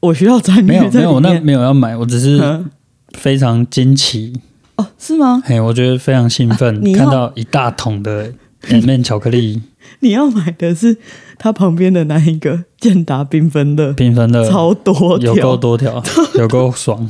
Speaker 2: 我需要参与
Speaker 1: 没有
Speaker 2: 在
Speaker 1: 没有，我
Speaker 2: 里
Speaker 1: 那
Speaker 2: 面
Speaker 1: 没有要买，我只是
Speaker 2: 嗯
Speaker 1: 非常惊奇，
Speaker 2: 哦，是吗？
Speaker 1: 嘿，我觉得非常兴奋，
Speaker 2: 啊你要
Speaker 1: 看到一大桶的 M M 巧克 力
Speaker 2: 你要买的是它旁边的那一个健达缤纷乐，
Speaker 1: 缤纷的，
Speaker 2: 超多
Speaker 1: 呃有
Speaker 2: 条，
Speaker 1: 够多 条，有够爽，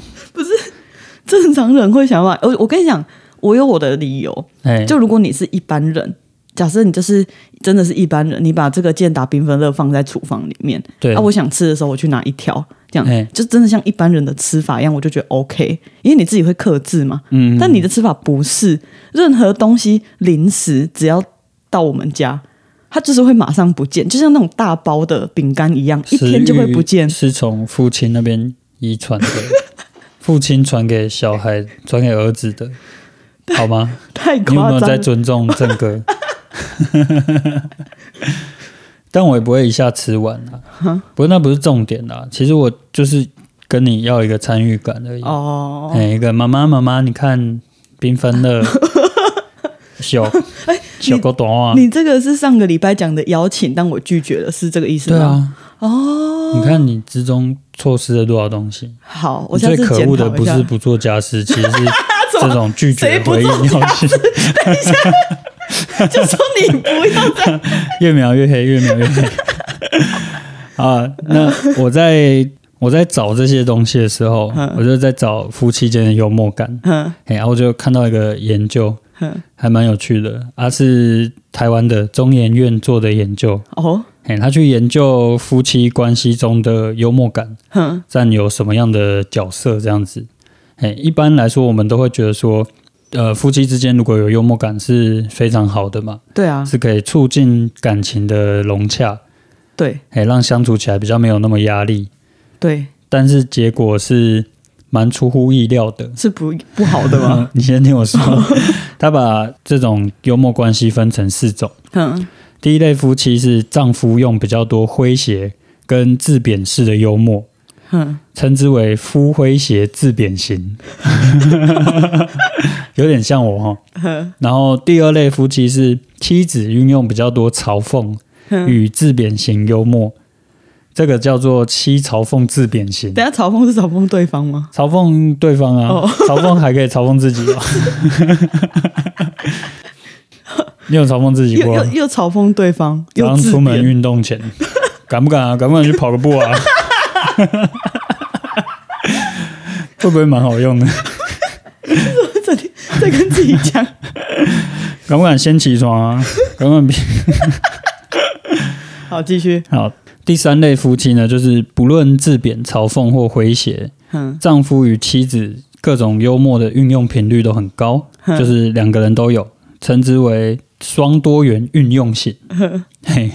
Speaker 2: 正常人会想买。我我跟你讲，我有我的理由。
Speaker 1: 哎，
Speaker 2: 就如果你是一般人，假设你就是真的是一般人，你把这个健达缤纷乐放在厨房里面，
Speaker 1: 对
Speaker 2: 啊，我想吃的时候我去拿一条，这
Speaker 1: 嘿
Speaker 2: 样就真的像一般人的吃法一样，我就觉得 OK，因为你自己会克制嘛。
Speaker 1: 嗯，
Speaker 2: 但你的吃法不是任何东西零食，只要到我们家，它就是会马上不见，就像那种大包的饼干一样，一天就会不见
Speaker 1: 食欲。是从父亲那边遗 传的，父亲传给小孩，传给儿子的，好吗？
Speaker 2: 太
Speaker 1: 你有没
Speaker 2: 夸
Speaker 1: 有
Speaker 2: 张
Speaker 1: 在
Speaker 2: 了！
Speaker 1: 尊重正哥？ 但我也不会一下吃完啊，不过那不是重点啦。其实我就是跟你要一个参与感而已。
Speaker 2: 哦，
Speaker 1: 哎，一个妈妈妈妈，你看缤纷 的小小狗短啊袜，
Speaker 2: 哎你这个是上个礼拜讲的邀请，但我拒绝了，是这个意思吗？
Speaker 1: 对啊，哦，你看你之中错失了多少东西？
Speaker 2: 好，我
Speaker 1: 你
Speaker 2: 下
Speaker 1: 最
Speaker 2: 次
Speaker 1: 可
Speaker 2: 检
Speaker 1: 恶
Speaker 2: 讨
Speaker 1: 的
Speaker 2: 一
Speaker 1: 不
Speaker 2: 下
Speaker 1: 是不做家事，其实是这种拒绝
Speaker 2: 谁不
Speaker 1: 回
Speaker 2: 做
Speaker 1: 应邀请，
Speaker 2: 就说你不要再
Speaker 1: 越描越黑，越描越黑。啊，那我在我在找这些东西的时候，我就在找夫妻间的幽默感。
Speaker 2: 嗯
Speaker 1: 哎，然后我就看到一个研究，
Speaker 2: 嗯
Speaker 1: 还蛮有趣的，啊，是台湾的中研院做的研究。
Speaker 2: 哦
Speaker 1: 哎，他去研究夫妻关系中的幽默感。
Speaker 2: 哼
Speaker 1: 占有什么样的角色这样子。哎，一般来说，我们都会觉得说，呃，夫妻之间如果有幽默感是非常好的嘛，
Speaker 2: 对啊
Speaker 1: 是可以促进感情的融洽，
Speaker 2: 对
Speaker 1: 哎，让相处起来比较没有那么压力。
Speaker 2: 对
Speaker 1: 但是结果是蛮出乎意料的。
Speaker 2: 是不不好的 吗？
Speaker 1: 你先听我说，他把这种幽默关系分成四种。
Speaker 2: 嗯
Speaker 1: 第一类夫妻是丈夫用比较多诙谐跟自贬式的幽默，
Speaker 2: 哼
Speaker 1: 称之为夫诙谐自贬型， 有点像我哈。
Speaker 2: 哼
Speaker 1: 然后第二类夫妻是妻子运用比较多嘲讽
Speaker 2: 哼，
Speaker 1: 与自贬型幽默，这个叫做妻嘲讽自贬型。
Speaker 2: 等一下嘲讽是嘲讽对方吗？
Speaker 1: 嘲讽对方啊，
Speaker 2: 哦
Speaker 1: 嘲讽还可以嘲讽自己哦。你有嘲讽自己
Speaker 2: 又
Speaker 1: 过吗
Speaker 2: 又？又嘲讽对方，
Speaker 1: 早
Speaker 2: 又
Speaker 1: 上
Speaker 2: 自
Speaker 1: 出门
Speaker 2: 贬，
Speaker 1: 运动前，敢不敢啊？敢不敢去跑个步啊？ 会不会蛮好用的？
Speaker 2: 这里在跟自己讲，
Speaker 1: 敢不敢先起床啊？敢不敢 比？
Speaker 2: 好继续，
Speaker 1: 好，第三类夫妻呢，就是不论自贬、嘲讽或诙谐，
Speaker 2: 嗯
Speaker 1: 丈夫与妻子各种幽默的运用频率都很高，
Speaker 2: 嗯
Speaker 1: 就是两个人都有，称之为双多元运用型。嘿，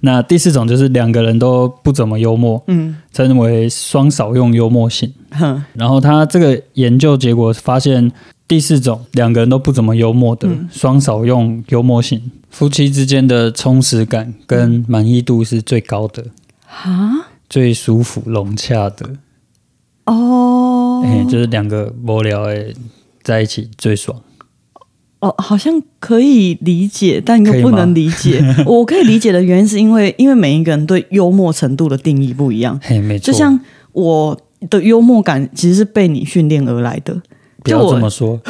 Speaker 1: 那第四种就是两个人都不怎么幽默，
Speaker 2: 嗯
Speaker 1: 称为双少用幽默型。
Speaker 2: 哼
Speaker 1: 然后他这个研究结果发现，第四种两个人都不怎么幽默的、
Speaker 2: 嗯
Speaker 1: 双少用幽默型夫妻之间的充实感跟满意度是最高的。
Speaker 2: 啊
Speaker 1: 最舒服融洽的，
Speaker 2: 哦
Speaker 1: 哎、就是两个无聊诶在一起最爽。
Speaker 2: 哦，好像可以理解，但又
Speaker 1: 可以
Speaker 2: 不
Speaker 1: 吗
Speaker 2: 能理 解。我可以理解的原因是因为，因为每一个人对幽默程度的定义不一样。
Speaker 1: 嘿，没错，
Speaker 2: 就像我的幽默感其实是被你训练而来 的。
Speaker 1: 不
Speaker 2: 就
Speaker 1: 要
Speaker 2: 我
Speaker 1: 这么说，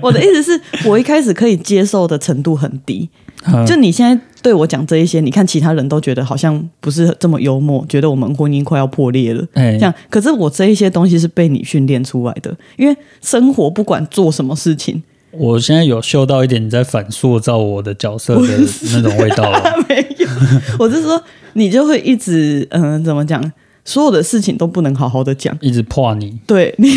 Speaker 2: 我的意思是，我一开始可以接受的程度很低。
Speaker 1: 嗯
Speaker 2: 就你现在对我讲这一些，你看其他人都觉得好像不是这么幽默，觉得我们婚姻快要破裂了。
Speaker 1: 哎
Speaker 2: 这样，可是我这一些东西是被你训练出来的，因为生活不管做什么事情，
Speaker 1: 我现在有嗅到一点你在反塑造我的角色的那种味道 了。
Speaker 2: 没有，我是说你就会一直嗯、呃怎么讲，所有的事情都不能好好的讲，
Speaker 1: 一直破你，
Speaker 2: 对你，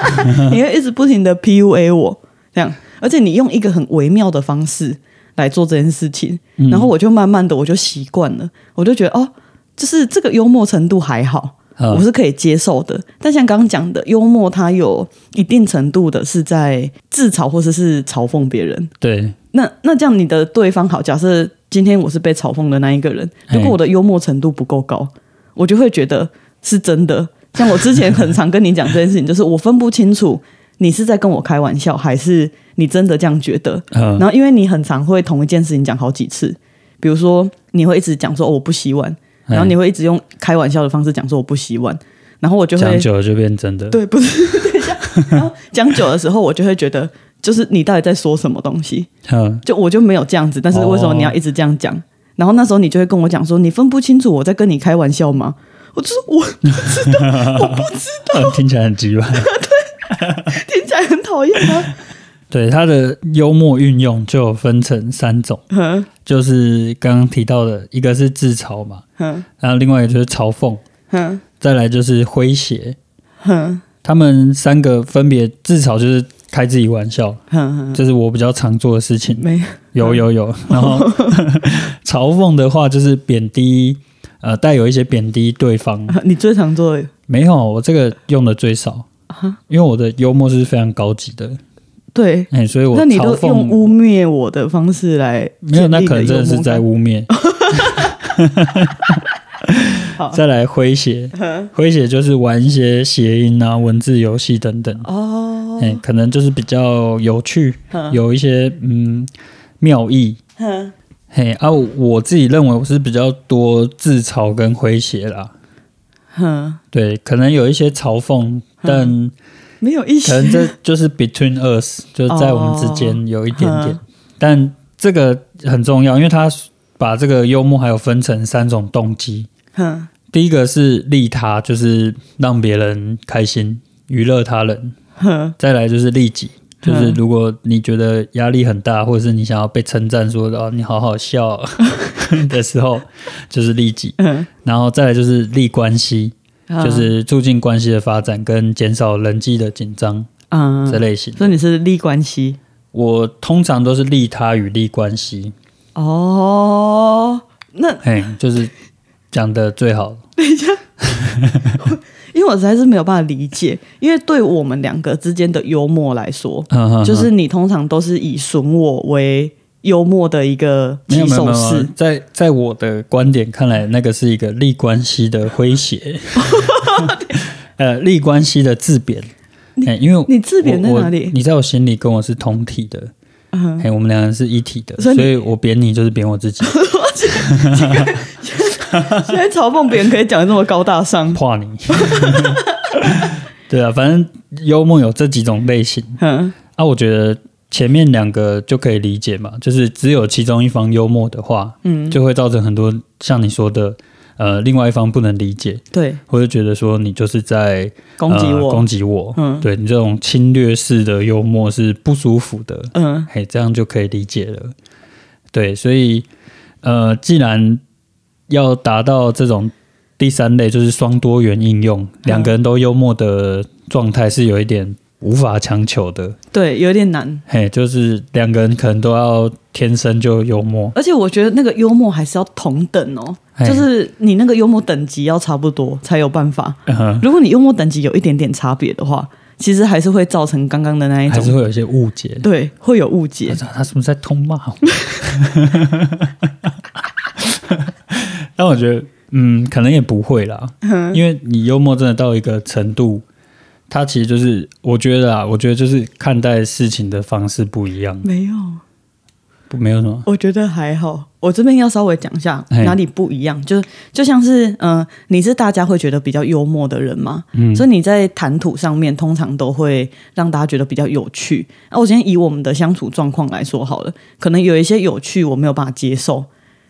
Speaker 2: 你会一直不停的 PUA 我这样，而且你用一个很微妙的方式来做这件事情，然后我就慢慢的我就习惯了，我就觉得哦，就是这个幽默程度还好，
Speaker 1: 嗯
Speaker 2: 我是可以接受的。但像刚刚讲的，幽默它有一定程度的是在自嘲或者是嘲讽别人，
Speaker 1: 对，
Speaker 2: 那那这样你的对方好，假设今天我是被嘲讽的那一个人，
Speaker 1: 嘿
Speaker 2: 如果我的幽默程度不够高，我就会觉得是真的。像我之前很常跟你讲这件事情，就是我分不清楚你是在跟我开玩笑，还是你真的这样觉得。
Speaker 1: 嗯，
Speaker 2: 然后因为你很常会同一件事情讲好几次，比如说你会一直讲说、哦、我不洗碗，然后你会一直用开玩笑的方式讲说我不洗碗，然后我就
Speaker 1: 哎
Speaker 2: 会
Speaker 1: 讲久了就变真的，
Speaker 2: 对，不是 等一下，然后讲久的时候，我就会觉得就是你到底在说什么东西。
Speaker 1: 嗯，
Speaker 2: 就我就没有这样子，但是为什么你要一直这样
Speaker 1: 哦
Speaker 2: 讲？然后那时候你就会跟我讲说，你分不清楚我在跟你开玩笑吗？我就说我
Speaker 1: 嗯听起来很奇怪。
Speaker 2: 听起来很讨厌啊。
Speaker 1: 对他的幽默运用就有分成三种，
Speaker 2: 嗯
Speaker 1: 就是刚刚提到的，一个是自嘲嘛，
Speaker 2: 嗯
Speaker 1: 然后另外一个就是嘲讽，
Speaker 2: 嗯
Speaker 1: 再来就是诙谐。
Speaker 2: 嗯
Speaker 1: 他们三个分别自嘲就是开自己玩笑，
Speaker 2: 嗯，
Speaker 1: 这是我比较常做的事情。
Speaker 2: 没
Speaker 1: 有有有，然后嘲讽的话就是贬低，呃，带有一些贬低对方。
Speaker 2: 你最常做的
Speaker 1: 没有，我这个用的最少，
Speaker 2: 啊？
Speaker 1: 因为我的幽默是非常高级的，
Speaker 2: 对，
Speaker 1: 哎、所以我
Speaker 2: 那你
Speaker 1: 嘲
Speaker 2: 都用
Speaker 1: 讽
Speaker 2: 污蔑我的方式来
Speaker 1: 没有，那
Speaker 2: 建立
Speaker 1: 可能
Speaker 2: 你
Speaker 1: 真
Speaker 2: 的幽
Speaker 1: 的
Speaker 2: 默
Speaker 1: 是在
Speaker 2: 感
Speaker 1: 污蔑。
Speaker 2: 好嗯
Speaker 1: 再来诙谐，诙谐就是玩一些谐音啊、文字游戏等等，
Speaker 2: 哦，
Speaker 1: 哎、可能就是比较有趣，有一些嗯妙意。
Speaker 2: 嗯
Speaker 1: 嘿啊，我自己认为我是比较多自嘲跟诙谐啦，
Speaker 2: 嗯，
Speaker 1: 对，可能有一些嘲讽，但
Speaker 2: 没有一
Speaker 1: 可
Speaker 2: 些
Speaker 1: 能这就是 between us，就是在我们之间有一点点。
Speaker 2: 哦
Speaker 1: 但这个很重要，因为他把这个幽默还有分成三种动机。
Speaker 2: 嗯
Speaker 1: 第一个是利他，就是让别人开心，娱乐他人；
Speaker 2: 嗯
Speaker 1: 再来就是利己，就是如果你觉得压力很大，或者是你想要被称赞说哦你好好笑 哦的时候，就是利己。
Speaker 2: 嗯，
Speaker 1: 然后再来就是利关系，
Speaker 2: 嗯
Speaker 1: 就是促进关系的发展跟减少人际的紧张
Speaker 2: 嗯，
Speaker 1: 这类型。
Speaker 2: 所以你是利关系
Speaker 1: 我通常都是利他与利关系，
Speaker 2: 哦。那
Speaker 1: 嘿，就是讲的最 好。
Speaker 2: 因为我实在是没有办法理解，因为对我们两个之间的幽默来说，
Speaker 1: 嗯哼
Speaker 2: 就是你通常都是以损我为幽默的一个
Speaker 1: 没有
Speaker 2: 起
Speaker 1: 没有
Speaker 2: 手
Speaker 1: 没有，
Speaker 2: 式，
Speaker 1: 在在我的观点看来，那个是一个利关系的诙 谐，呃，利关系的自贬。哎，因为
Speaker 2: 你自贬在
Speaker 1: 我
Speaker 2: 哪里
Speaker 1: 我你在我心里跟我是同体的，
Speaker 2: 嗯
Speaker 1: 哎，我们两个人是一体的，
Speaker 2: 所
Speaker 1: 所
Speaker 2: 以你
Speaker 1: 以我贬你就是贬我自己，
Speaker 2: 现在嘲讽别人可以讲的这么高大上，
Speaker 1: 怕 你。对啊，反正幽默有这几种类型
Speaker 2: 嗯
Speaker 1: 啊，我觉得前面两个就可以理解嘛，就是只有其中一方幽默的话，
Speaker 2: 嗯，
Speaker 1: 就会造成很多像你说的，呃，另外一方不能理解，
Speaker 2: 对，
Speaker 1: 或者觉得说你就是在
Speaker 2: 攻击
Speaker 1: 呃
Speaker 2: 我，
Speaker 1: 攻击我，
Speaker 2: 嗯
Speaker 1: 对你这种侵略式的幽默是不舒服的，
Speaker 2: 嗯
Speaker 1: 嘿，这样就可以理解了。对，所以呃，既然要达到这种第三类，就是双多元应用，
Speaker 2: 嗯
Speaker 1: 两个人都幽默的状态是有一点无法强求的。
Speaker 2: 对，有点难，
Speaker 1: 嘿，就是两个人可能都要天生就幽默，
Speaker 2: 而且我觉得那个幽默还是要同等哦，
Speaker 1: 嘿
Speaker 2: 就是你那个幽默等级要差不多才有办法。
Speaker 1: 嗯哼
Speaker 2: 如果你幽默等级有一点点差别的话，其实还是会造成刚刚的那一
Speaker 1: 还是
Speaker 2: 种，
Speaker 1: 会有一些误 解。
Speaker 2: 对，会有误解
Speaker 1: 他。他是不是在 痛骂我？但我觉得，嗯，可能也不会啦，
Speaker 2: 嗯
Speaker 1: 因为你幽默真的到一个程度，它其实就是我觉得啊，我觉得就是看待事情的方式不一样，
Speaker 2: 没有，
Speaker 1: 不没有什么，
Speaker 2: 我觉得还好。我这边要稍微讲一下
Speaker 1: 嘿
Speaker 2: 哪里不一样，就是就像是嗯、呃你是大家会觉得比较幽默的人嘛，
Speaker 1: 嗯
Speaker 2: 所以你在谈吐上面通常都会让大家觉得比较有趣。那、我今天以我们的相处状况来说好了，可能有一些有趣我没有办法接受，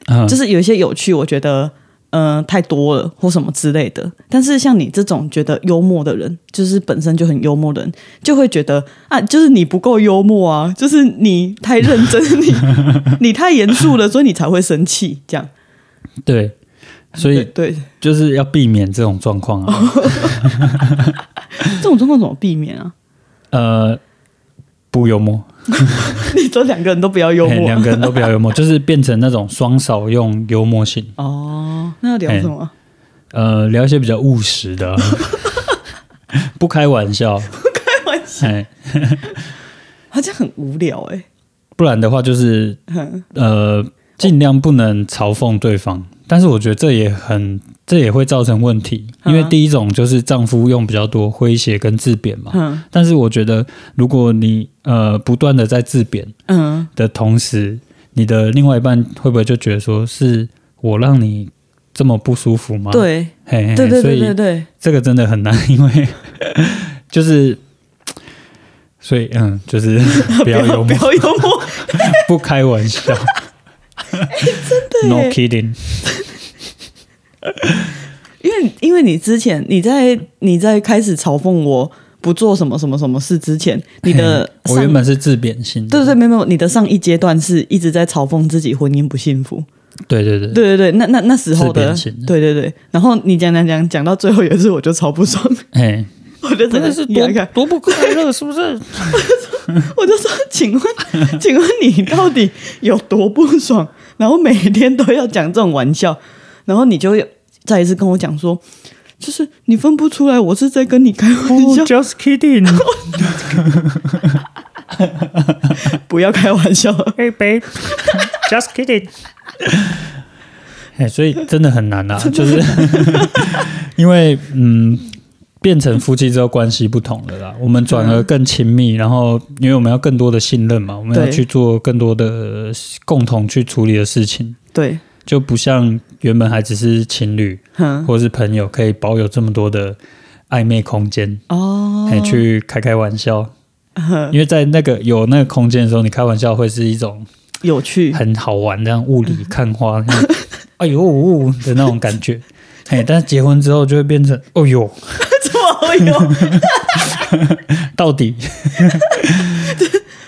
Speaker 1: 嗯
Speaker 2: 就是有一些有趣，我觉得嗯、呃太多了或什么之类的。但是像你这种觉得幽默的人，就是本身就很幽默的人，就会觉得啊，就是你不够幽默啊，就是你太认真， 你你太严肃了，所以你才会生气这样。
Speaker 1: 对，所以
Speaker 2: 对对
Speaker 1: 就是要避免这种状况 啊，
Speaker 2: 这种状况怎么避 免啊？
Speaker 1: 呃，不幽默，
Speaker 2: 你说两个人都不要幽
Speaker 1: 嘿
Speaker 2: 默啊
Speaker 1: 两个人都比较 幽默，就是变成那种双少用幽默性，
Speaker 2: 哦，那要聊什么？
Speaker 1: 呃，聊一些比较务实的 啊，不开玩笑，
Speaker 2: 开玩笑，
Speaker 1: 哎，
Speaker 2: 好像很无聊哎、
Speaker 1: 不然的话就是
Speaker 2: 哼
Speaker 1: 呃，尽量不能嘲讽对方。但是我觉得这也很，这也会造成问题，因为
Speaker 2: 嗯
Speaker 1: 第一种就是丈夫用比较多诙谐跟自贬嘛。
Speaker 2: 嗯
Speaker 1: 但是我觉得，如果你呃不断的在自贬
Speaker 2: 嗯，
Speaker 1: 的同时，你的另外一半会不会就觉得说是我让你这么不舒服吗？
Speaker 2: 对
Speaker 1: 嘿，嘿嘿
Speaker 2: 对对对
Speaker 1: 所
Speaker 2: 对
Speaker 1: 以
Speaker 2: 对，
Speaker 1: 这个真的很难，因为 就是，所以嗯，就是 不要幽
Speaker 2: 不
Speaker 1: 默，
Speaker 2: 要幽默，
Speaker 1: 不开玩 笑。
Speaker 2: 哎对
Speaker 1: No kidding，
Speaker 2: 因为因为你之前你在你在开始嘲讽我不做什么什么什么事之前，你的
Speaker 1: 嘿我
Speaker 2: 上
Speaker 1: 原本是自贬性
Speaker 2: 对
Speaker 1: 的，
Speaker 2: 对对，没有没有，你的上一阶段是一直在嘲讽自己婚姻不幸福。
Speaker 1: 对对对
Speaker 2: 对对对，那那那时候
Speaker 1: 嗯自
Speaker 2: 的
Speaker 1: 贬型，的
Speaker 2: 对对对。然后你讲讲讲讲到最后有一次，我就超不爽，
Speaker 1: 哎，
Speaker 2: 我就真的是你来看，
Speaker 1: 多不快乐，是不 是？
Speaker 2: 我就说， 请问，请问你到底有多不爽？然后每天都要讲这种玩笑，然后你就会再一次跟我讲说，就是你分不出来我是在跟你开玩笑
Speaker 1: Oh,，just kidding.
Speaker 2: 不要开玩笑。
Speaker 1: Hey babe, just kidding. 哎，所以真的很难啊，就是 因为嗯，变成夫妻之后关系不同了啦，我们转而更亲密，然后因为我们要更多的信任嘛，我们要
Speaker 2: 对
Speaker 1: 去做更多的共同去处理的事情，
Speaker 2: 对，
Speaker 1: 就不像原本还只是情侣
Speaker 2: 哼，
Speaker 1: 或是朋友，可以保有这么多的暧昧空间，
Speaker 2: 哦，
Speaker 1: 可以去开开玩 笑。
Speaker 2: 呵
Speaker 1: 因为在那个有那个空间的时候，你开玩笑会是一种
Speaker 2: 有趣，
Speaker 1: 很好玩，这样雾
Speaker 2: 嗯
Speaker 1: 里看花，那种哎呦呜的那种感 觉。嘿，但是结婚之后就会变成，哦呦，
Speaker 2: 怎么有？
Speaker 1: 到底，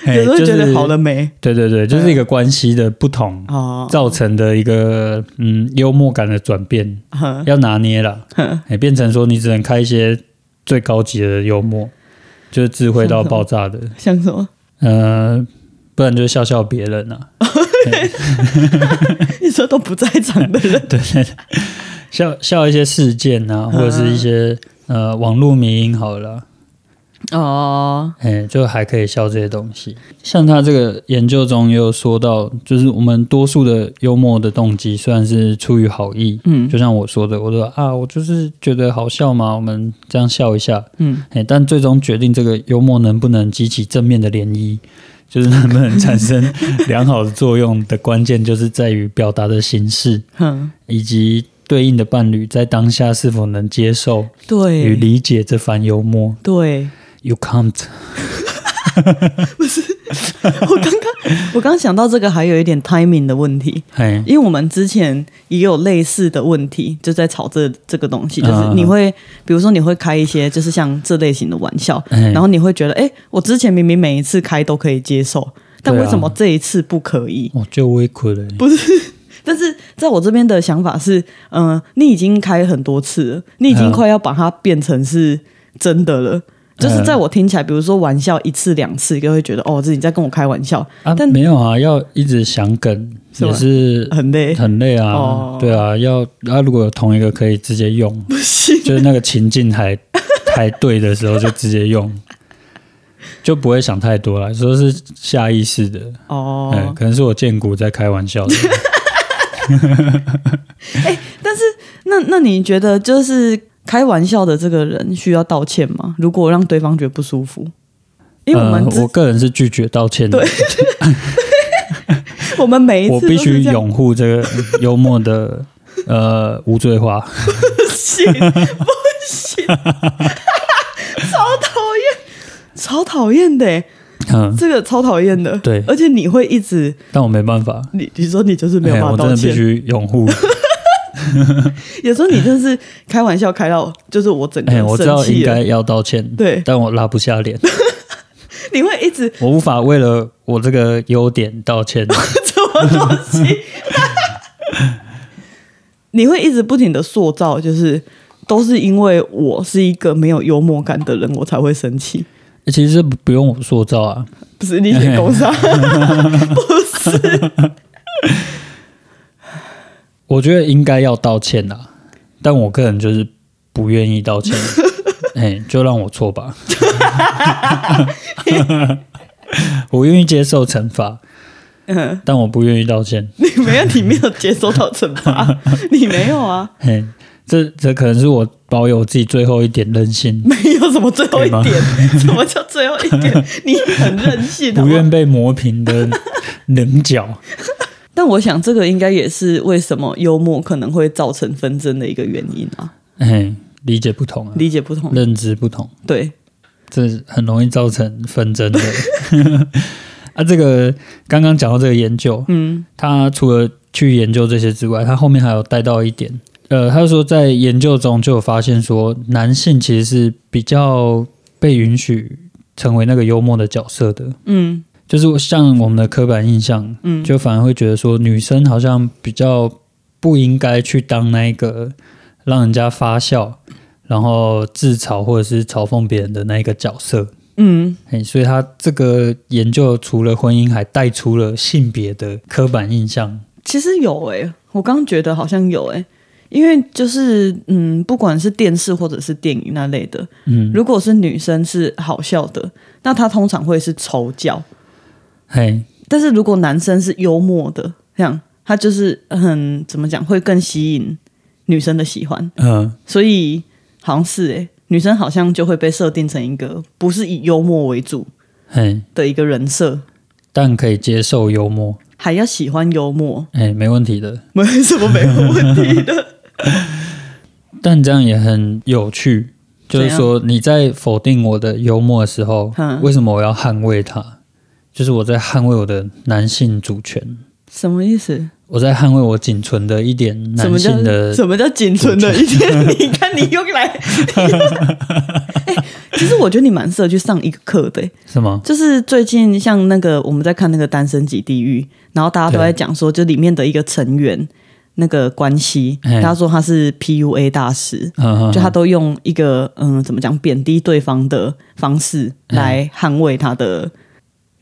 Speaker 1: 嘿
Speaker 2: 有时候觉
Speaker 1: 就
Speaker 2: 得
Speaker 1: 是
Speaker 2: 好了没？
Speaker 1: 对对对，就是一个关系的不同
Speaker 2: 哦，
Speaker 1: 造成的一个嗯幽默感的转变，
Speaker 2: 哼
Speaker 1: 要拿捏了。
Speaker 2: 哼，
Speaker 1: 也变成说你只能开一些最高级的幽默，就是智慧到爆炸 的，
Speaker 2: 像什么？
Speaker 1: 呃，不然就笑笑别人啊，
Speaker 2: 你说都不在场的人，
Speaker 1: 对，笑笑一些事件啊，
Speaker 2: 嗯
Speaker 1: 或者是一些呃网络迷因好了啦，
Speaker 2: 哦，
Speaker 1: 哎，就还可以笑这些东西。像他这个研究中也有说到，就是我们多数的幽默的动机虽然是出于好意，
Speaker 2: 嗯
Speaker 1: 就像我说的，我说啊，我就是觉得好笑嘛，我们这样笑一下，
Speaker 2: 嗯，
Speaker 1: 哎，但最终决定这个幽默能不能激起正面的涟漪，就是能不能产生良好的作用的关键，就是在于表达的形式
Speaker 2: 哼，
Speaker 1: 以及对应的伴侣在当下是否能接受与
Speaker 2: 对，
Speaker 1: 理解这番幽默。
Speaker 2: 对，
Speaker 1: You can't，
Speaker 2: 我刚刚我刚想到这个，还有一点 timing 的问题。
Speaker 1: 哎，
Speaker 2: 因为我们之前也有类似的问题，就在吵这这个东西，就是
Speaker 1: 嗯
Speaker 2: 你会，比如说你会开一些就是像这类型的玩笑，
Speaker 1: 嗯
Speaker 2: 然后你会觉得，哎，我之前明明每一次开都可以接受，但
Speaker 1: 对啊
Speaker 2: 为什么这一次不可以？
Speaker 1: 我哦就微苦了。
Speaker 2: 但是在我这边的想法是，嗯、你已经开很多次了，你已经
Speaker 1: 嗯
Speaker 2: 快要把它变成是真的了。就是
Speaker 1: 嗯
Speaker 2: 在我听起来，比如说玩笑一次两次，就会觉得哦，自己在跟我开玩笑，
Speaker 1: 啊，
Speaker 2: 但
Speaker 1: 没有啊，要一直想梗
Speaker 2: 是吧
Speaker 1: 也是
Speaker 2: 很累，
Speaker 1: 很累啊。
Speaker 2: 哦
Speaker 1: 对啊，要啊，如果有同一个可以直接用，
Speaker 2: 不行。
Speaker 1: 就是那个情境还 还对的时候，就直接用，就不会想太多了。说是下意识的，
Speaker 2: 哦，
Speaker 1: 嗯，可能是我见骨在开玩笑的。
Speaker 2: 但是那那你觉得就是开玩笑的这个人需要道歉吗？如果让对方觉得不舒服， 因为我们
Speaker 1: 呃、
Speaker 2: 之、
Speaker 1: 我个人是拒绝道歉的，
Speaker 2: 我们每一
Speaker 1: 我
Speaker 2: 次
Speaker 1: 必
Speaker 2: 都是
Speaker 1: 须
Speaker 2: 这样
Speaker 1: 拥护这个幽默 的呃无罪化。
Speaker 2: 行 不行？ 超讨厌，超讨厌的欸，
Speaker 1: 嗯，
Speaker 2: 这个超讨厌的。
Speaker 1: 对
Speaker 2: 而且你会一直，
Speaker 1: 但我没办法，
Speaker 2: 你你说你就是没有
Speaker 1: 哎，
Speaker 2: 办
Speaker 1: 我
Speaker 2: 法
Speaker 1: 真
Speaker 2: 道
Speaker 1: 的必
Speaker 2: 歉，
Speaker 1: 须拥 护。
Speaker 2: 有时候你真的是开玩笑开到，就是我整个
Speaker 1: 哎、
Speaker 2: 人
Speaker 1: 我知
Speaker 2: 生
Speaker 1: 道应
Speaker 2: 气了
Speaker 1: 该，要道歉，
Speaker 2: 对
Speaker 1: 但我拉不下脸，
Speaker 2: 你会一直
Speaker 1: 我无法为了我这个优点道歉。
Speaker 2: 什么东西？你会一直不停的塑造，就是都是因为我是一个没有幽默感的人，我才会生气。
Speaker 1: 其实不不用我塑造啊，
Speaker 2: 不是你写啊工伤，
Speaker 1: 哎
Speaker 2: 不是
Speaker 1: 我觉得应该要道歉啦、但我个人就是不愿意 道歉，哎、就让我错吧。 我愿意接受惩罚，
Speaker 2: 嗯
Speaker 1: 但我不愿意道歉。
Speaker 2: 你没有，你没有接收到惩 罚，你没有啊，
Speaker 1: 嘿、这这可能是我保有自己最后一点任性，
Speaker 2: 没有什么最后一
Speaker 1: 可以
Speaker 2: 点，什么叫最后一点？你很任性，好
Speaker 1: 不
Speaker 2: 不好
Speaker 1: 愿被磨平的棱角。
Speaker 2: 但我想，这个应该也是为什么幽默可能会造成纷争的一个原因啊，
Speaker 1: 哎、理解不同啊，
Speaker 2: 理解不同，
Speaker 1: 认知不同。
Speaker 2: 对，
Speaker 1: 这很容易造成纷争的。 啊，这个刚刚讲到这个研究，
Speaker 2: 嗯，
Speaker 1: 他除了去研究这些之外，他后面还有带到一点，呃，他说在研究中就有发现说，男性其实是比较被允许成为那个幽默的角色的，
Speaker 2: 嗯
Speaker 1: 就是像我们的刻板印象，
Speaker 2: 嗯，
Speaker 1: 就反而会觉得说，女生好像比较不应该去当那个让人家发笑，然后自嘲或者是嘲讽别人的那一个角色。
Speaker 2: 嗯，
Speaker 1: 哎，所以他这个研究除了婚姻，还带出了性别的刻板印象。
Speaker 2: 其实有诶、我刚觉得好像有诶、因为就是嗯，不管是电视或者是电影那类的，
Speaker 1: 嗯，
Speaker 2: 如果是女生是好笑的，那她通常会是丑角；
Speaker 1: 嘿，
Speaker 2: 但是如果男生是幽默的，这样他就是很怎么讲，会更吸引女生的喜欢。
Speaker 1: 嗯、
Speaker 2: 所以好像是诶、女生好像就会被设定成一个不是以幽默为主
Speaker 1: 嘿，
Speaker 2: 的一个人设，
Speaker 1: 但可以接受幽默，
Speaker 2: 还要喜欢幽默，
Speaker 1: 哎，没问题的。
Speaker 2: 没什么没有问题的。
Speaker 1: 但这样也很有趣，就是
Speaker 2: 怎样
Speaker 1: 说你在否定我的幽默的时候，
Speaker 2: 嗯
Speaker 1: 为什么我要捍卫它？就是我在捍卫我的男性主权，
Speaker 2: 什么意思？
Speaker 1: 我在捍卫我仅存的一点
Speaker 2: 什么
Speaker 1: 男
Speaker 2: 叫
Speaker 1: 性的
Speaker 2: 什么叫仅存的一天？你看你又来， 哎、其实我觉得你蛮适合去上一个课的、
Speaker 1: 什么？
Speaker 2: 就是最近像那个我们在看那个《单身即地狱》，然后大家都在讲说，就里面的一个成员那个关系，
Speaker 1: 嗯
Speaker 2: 大家说他是 PUA 大师，
Speaker 1: 嗯，嗯
Speaker 2: 就他都用一个嗯怎么讲贬低对方的方式
Speaker 1: 嗯
Speaker 2: 来捍卫他的，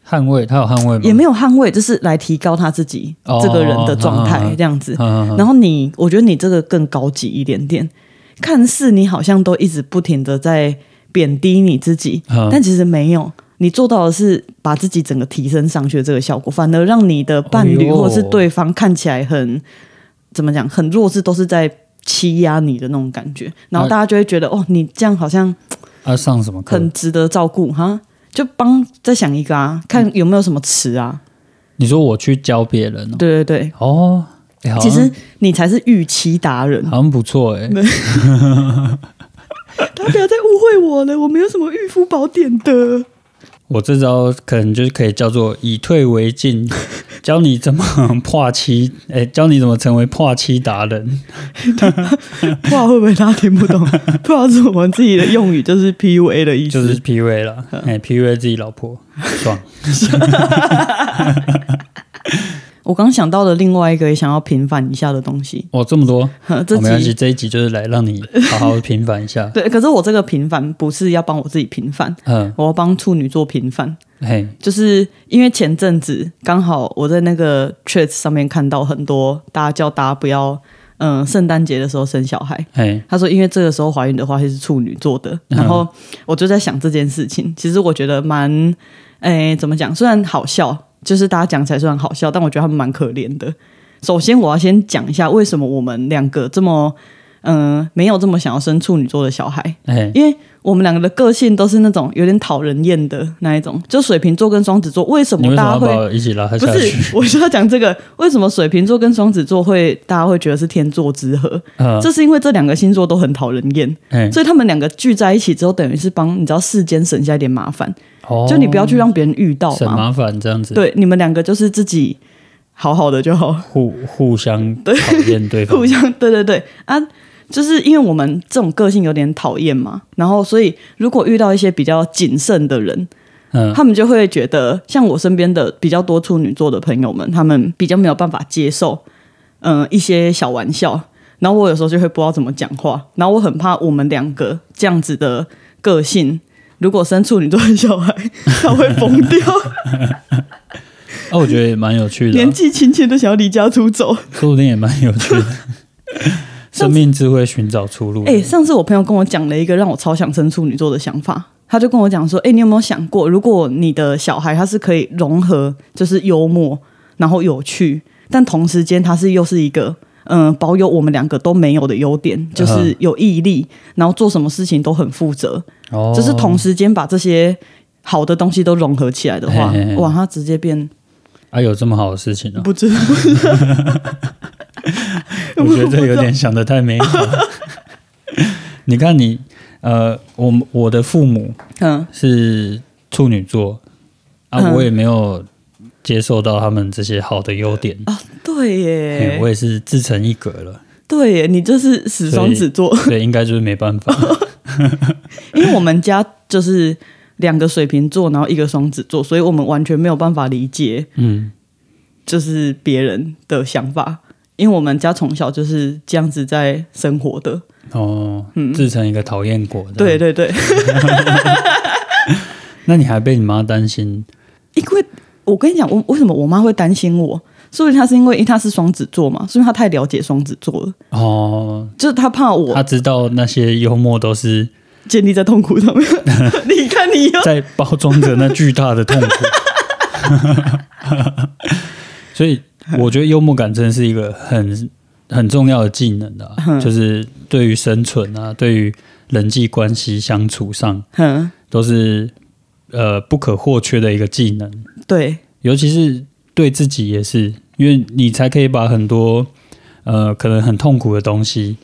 Speaker 1: 捍卫，他有捍卫吗？
Speaker 2: 也没有捍卫，就是来提高他自己
Speaker 1: 哦
Speaker 2: 这个人的状
Speaker 1: 嗯
Speaker 2: 态
Speaker 1: 嗯嗯
Speaker 2: 这样子。
Speaker 1: 嗯，嗯嗯
Speaker 2: 然后你，我觉得你这个更高级一点点，看似你好像都一直不停的在贬低你自己，
Speaker 1: 嗯
Speaker 2: 但其实没有。你做到的是把自己整个提升上去的这个效果，反而让你的伴
Speaker 1: 哎
Speaker 2: 侣
Speaker 1: 呦
Speaker 2: 或是对方看起来很、怎么讲，很弱势，都是在欺压你的那种感觉。然后
Speaker 1: 啊
Speaker 2: 大家就会觉得，哦，你这样好像
Speaker 1: 他啊上什么课？
Speaker 2: 很值得照顾哈，就帮再想一个啊，看有没有什么词啊。
Speaker 1: 你说我去教别人哦，
Speaker 2: 对对对，
Speaker 1: 哦，欸好像
Speaker 2: 其实你才是预期达人。
Speaker 1: 好像不错哎、
Speaker 2: 大家不要再误会我了，我没有什么御夫宝典 的。
Speaker 1: 我这招可能就是可以叫做以退为进， 教你怎么破妻，哎、教你怎么成为破妻达人。
Speaker 2: 不然会不会大家听 不懂？不然是我们自己的用语，就是 PUA 的意
Speaker 1: 就
Speaker 2: 思。
Speaker 1: 是 PUA 了，哎、p u a 自己老婆， 爽。
Speaker 2: 我刚想到的另外一个也想要平反一下的东西，
Speaker 1: 哦，这么多，
Speaker 2: 呵
Speaker 1: 哦
Speaker 2: 这
Speaker 1: 没关系，
Speaker 2: 集。
Speaker 1: 这一集就是来让你好好平反一下
Speaker 2: 对，可是我这个平反不是要帮我自己平反，
Speaker 1: 嗯，
Speaker 2: 我要帮处女座平反，
Speaker 1: 嘿，
Speaker 2: 就是因为前阵子刚好我在那个 chat 上面看到很多大家叫大家不要，嗯、圣诞节的时候生小孩，
Speaker 1: 嘿，
Speaker 2: 他说，因为这个时候怀孕的话会是处女座的，
Speaker 1: 嗯
Speaker 2: 然后我就在想这件事情。其实我觉得蛮，诶、怎么讲？虽然好笑，就是大家讲起来虽然好笑，但我觉得他们蛮可怜的。首先，我要先讲一下为什么我们两个这么，嗯、呃，没有这么想要生处女座的小孩，
Speaker 1: 哎，
Speaker 2: 因为我们两个的个性都是那种有点讨人厌的那一种，就水瓶座跟双子座，为什
Speaker 1: 你
Speaker 2: 么
Speaker 1: 为什么
Speaker 2: 大家
Speaker 1: 要
Speaker 2: 会
Speaker 1: 把我一起拉
Speaker 2: 不
Speaker 1: 下去？
Speaker 2: 是， 我就要讲这个，为什么水瓶座跟双子座会大家会觉得是天作之合？
Speaker 1: 嗯，
Speaker 2: 这是因为这两个星座都很讨人厌，
Speaker 1: 哎，
Speaker 2: 所以他们两个聚在一起之后，等于是帮你知道世间省下一点麻烦，
Speaker 1: 哦
Speaker 2: 就你不要去让别人遇到
Speaker 1: 省
Speaker 2: 嘛。
Speaker 1: 麻烦这样子，，
Speaker 2: 对，你们两个就是自己好好的就好，
Speaker 1: 互互 相讨厌对方
Speaker 2: 互，相对对对啊。就是因为我们这种个性有点讨厌嘛，然后所以如果遇到一些比较谨慎的人，
Speaker 1: 嗯，
Speaker 2: 他们就会觉得，像我身边的比较多处女座的朋友们，他们比较没有办法接受，嗯、一些小玩笑。然后我有时候就会不知道怎么讲话，然后我很怕我们两个这样子的个性，如果生处女座的小孩，他会疯掉，
Speaker 1: 啊，我觉得也蛮有趣的
Speaker 2: 年
Speaker 1: 啊，
Speaker 2: 纪轻轻的想要离家出走。
Speaker 1: 说不定也蛮有趣的。生命智慧寻找出路。
Speaker 2: 哎、上次我朋友跟我讲了一个让我超想生处女座的想法，他就跟我讲说，哎、你有没有想过，如果你的小孩他是可以融合，就是幽默，然后有趣，但同时间他是又是一个。嗯，保有我们两个都没有的优
Speaker 1: 嗯
Speaker 2: 点，就是有毅力，然后做什么事情都很负责，
Speaker 1: 哦，
Speaker 2: 就是同时间把这些好的东西都融合起来的话，
Speaker 1: 嘿嘿嘿
Speaker 2: 哇，他直接变
Speaker 1: 啊，有这么好的事情呢、
Speaker 2: 不知道
Speaker 1: 我觉得这有点想的太美好 了。你看你，呃，我们我的父母
Speaker 2: 嗯，
Speaker 1: 是处女座啊，
Speaker 2: 嗯
Speaker 1: 我也没有接受到他们这些好的优点，
Speaker 2: 哦对
Speaker 1: 嘿
Speaker 2: 耶，
Speaker 1: 我也是自成一格了，
Speaker 2: 对耶，你就是死
Speaker 1: 所以
Speaker 2: 双子座，
Speaker 1: 所以应该就是没办法。
Speaker 2: 因为我们家就是两个水瓶座，然后一个双子座，所以我们完全没有办法理解
Speaker 1: 嗯，
Speaker 2: 就是别人的想法，因为我们家从小就是这样子在生活的。
Speaker 1: 哦，自成一个讨厌果。
Speaker 2: 嗯对，对 对，
Speaker 1: 那你还被你妈担心？
Speaker 2: 因为我跟你讲，我为什么我妈会担心我？说不定她是因为因为她是双子座嘛，所以她太了解双子座了，
Speaker 1: 哦，
Speaker 2: 就是她怕我
Speaker 1: 她知道那些幽默都是
Speaker 2: 建立在痛苦上 面。你看你 又
Speaker 1: 在包装着那巨大的痛苦。 所以我觉得幽默感真的是一个很很重要的技能的、啊，就是对于生存啊，对于人际关系相处上
Speaker 2: 嗯，
Speaker 1: 都是呃不可或缺的一个技能，
Speaker 2: 对
Speaker 1: 尤其是对自己也是，因为你才可以把很多呃可能很痛苦的东西，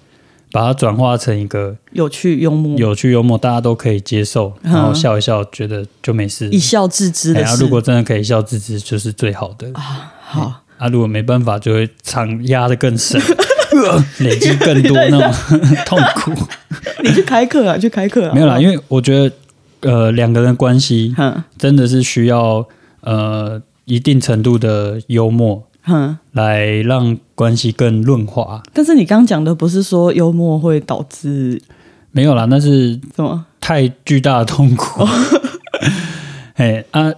Speaker 1: 把它转化成一个
Speaker 2: 有趣幽默，
Speaker 1: 有趣幽默，大家都可以接受，
Speaker 2: 嗯
Speaker 1: 然后笑一笑，觉得就没事
Speaker 2: 一。笑置之的
Speaker 1: 然后、
Speaker 2: 事。
Speaker 1: 哎如果真的可以笑自知，就是最好的。
Speaker 2: 好。
Speaker 1: 啊，如果没办法，就会藏压得更深，呃累积更多那种 痛苦。
Speaker 2: 你去开课啊，去开课啊。
Speaker 1: 没有啦，
Speaker 2: 为
Speaker 1: 因为我觉得，呃，两个人的关系
Speaker 2: 哼
Speaker 1: 真的是需要呃一定程度的幽默，
Speaker 2: 哼，
Speaker 1: 来让关系更润滑。
Speaker 2: 但是你刚刚讲的不是说幽默会导致
Speaker 1: 没有啦，那是
Speaker 2: 什么？
Speaker 1: 太巨大的痛 苦。哎啊，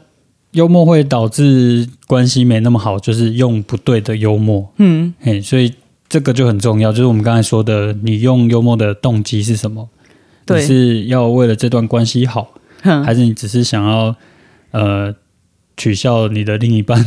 Speaker 1: 幽默会导致关系没那么好，就是用不对的幽默。
Speaker 2: 嗯，
Speaker 1: 哎，所以这个就很重要，就是我们刚才说的，你用幽默的动机是什么？你
Speaker 2: 对，
Speaker 1: 是要为了这段关系好，
Speaker 2: 哼，
Speaker 1: 还是你只是想要呃取笑你的另一 半？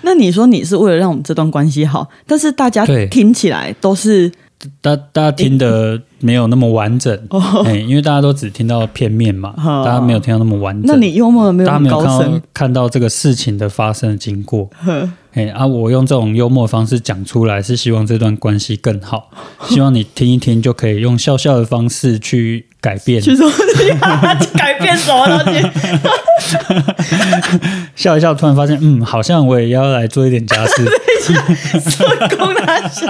Speaker 2: 那你说你是为了让我们这段关系好，但是大家
Speaker 1: 对
Speaker 2: 听起来都是
Speaker 1: 大大家听的没有那么完整，
Speaker 2: 哦，
Speaker 1: 哎，因为大家都只听到片面嘛，
Speaker 2: 哦
Speaker 1: 大家没有听到那么完整。
Speaker 2: 那你幽默有没有
Speaker 1: 大家没
Speaker 2: 很
Speaker 1: 有
Speaker 2: 高
Speaker 1: 看到
Speaker 2: 深？
Speaker 1: 看到这个事情的发生的经过。
Speaker 2: 哼
Speaker 1: 哎啊，我用这种幽默的方式讲出来，是希望这段关系更好，希望你听一听就可以用笑笑的方式去改变，
Speaker 2: 去说你啊改变什么东西？
Speaker 1: 笑一笑，突然发现，嗯，好像我也要来做一点家 事，
Speaker 2: 做工 大小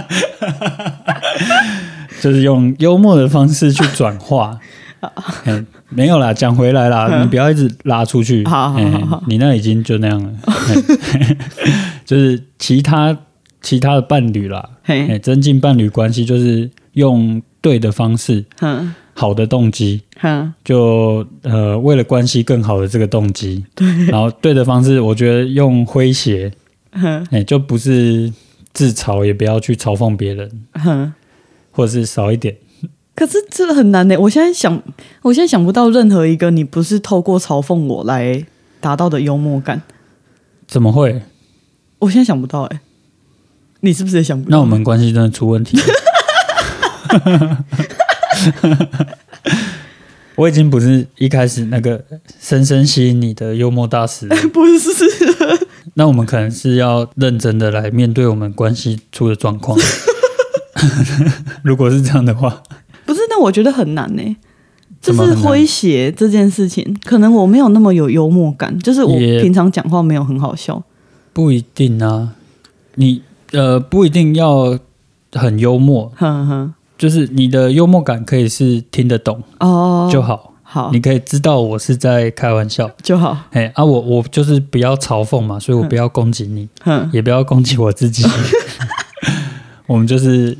Speaker 1: 就是用幽默的方式去转 化。
Speaker 2: 啊
Speaker 1: 嘿没有啦，讲回来啦，你不要一直拉出去。
Speaker 2: 嗯好好
Speaker 1: 嘿
Speaker 2: 好好
Speaker 1: 你那已经就那 样了。嘿 就是其他其他的伴侣啦，哎、
Speaker 2: 嘿，
Speaker 1: 增进伴侣关系就是用对的方式，
Speaker 2: 哼
Speaker 1: 好的动机，
Speaker 2: 哼，
Speaker 1: 就呃为了关系更好的这个动机，对，然后对的方式，我觉得用诙谐，
Speaker 2: 哼
Speaker 1: 哎、就不是自嘲，也不要去嘲讽别人，
Speaker 2: 哼。
Speaker 1: 或者是少一点，
Speaker 2: 可是这个很难呢、我现在想，我现在想不到任何一个你不是透过嘲讽我来达到的幽默感。
Speaker 1: 怎么会？
Speaker 2: 我现在想不到哎、你是不是也想不到？
Speaker 1: 那我们关系真的出问题了。 我已经不是一开始那个深深吸引你的幽默大师了，
Speaker 2: 不是
Speaker 1: 那我们可能是要认真的来面对我们关系出的状况。 如果是这样的话，
Speaker 2: 不是？那我觉得很难呢、就
Speaker 1: 怎么
Speaker 2: 是
Speaker 1: 很难
Speaker 2: 诙谐这件事情，可能我没有那么有幽默感，就是我
Speaker 1: 也
Speaker 2: 平常讲话没有很好笑。
Speaker 1: 不一定啊。你呃，不一定要很幽默，
Speaker 2: 哼哼，
Speaker 1: 就是你的幽默感可以是听得懂
Speaker 2: 哦，
Speaker 1: 就好，
Speaker 2: 好
Speaker 1: 你可以知道我是在开玩笑。
Speaker 2: 就好，
Speaker 1: 哎啊我，我就是不要嘲讽嘛，所以我
Speaker 2: 嗯
Speaker 1: 不要攻击你，
Speaker 2: 哼，
Speaker 1: 也不要攻击我自 己。 我们就是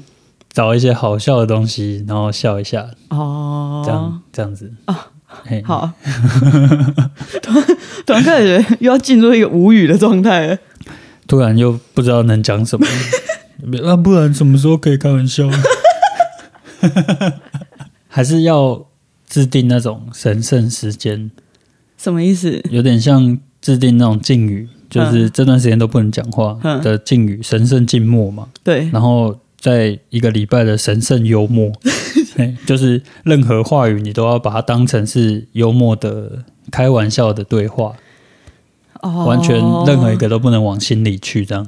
Speaker 1: 找一些好笑的东西，然后笑一下，
Speaker 2: 哦，
Speaker 1: 这样、这样子啊。嘿
Speaker 2: 好， 突然突然开始又要进入一个无语的状态了。
Speaker 1: 突然又不知道能讲 什么，那、不然什么时候可以开玩笑？还是要制定那种神圣时间，
Speaker 2: 什么意思？
Speaker 1: 有点像制定那种禁语，就是这段时间都不能讲话
Speaker 2: 嗯
Speaker 1: 的禁语，神圣静默嘛。
Speaker 2: 对，
Speaker 1: 然后在一个礼拜的神圣幽 默，嘿就是任何话语你都要把它当成是幽默的、开玩笑的对话，
Speaker 2: 哦，
Speaker 1: 完全任何一个都不能往心里去，这样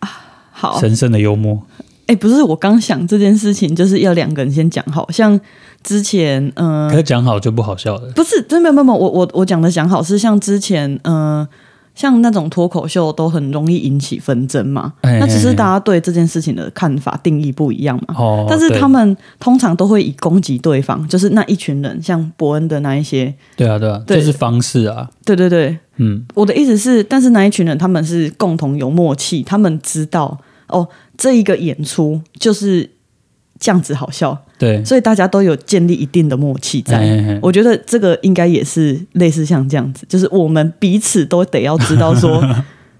Speaker 2: 哦好。
Speaker 1: 神圣的幽默。
Speaker 2: 哎、不是，我刚想这件事情，就是要两个人先讲好，像之前，嗯、
Speaker 1: 可是讲好就不好笑了。
Speaker 2: 不是，真的没有没有，我我我讲的讲好是像之前，嗯、像那种脱口秀都很容易引起纷争嘛，
Speaker 1: 哎
Speaker 2: 那只
Speaker 1: 哎
Speaker 2: 是
Speaker 1: 哎
Speaker 2: 大家对这件事情的看法定义不一样嘛。
Speaker 1: 哦，
Speaker 2: 但是
Speaker 1: 对
Speaker 2: 他们通常都会以攻击对方，就是那一群人，像伯恩的那一些，
Speaker 1: 对啊，对啊，
Speaker 2: 对
Speaker 1: 这是方式啊，
Speaker 2: 对对对，
Speaker 1: 嗯，
Speaker 2: 我的意思是，但是那一群人他们是共同有默契，他们知道哦，这一个演出就是这样子好笑，
Speaker 1: 对，
Speaker 2: 所以大家都有建立一定的默契在。
Speaker 1: 嗯嘿嘿嘿
Speaker 2: 我觉得这个应该也是类似像这样子，就是我们彼此都得要知道 说，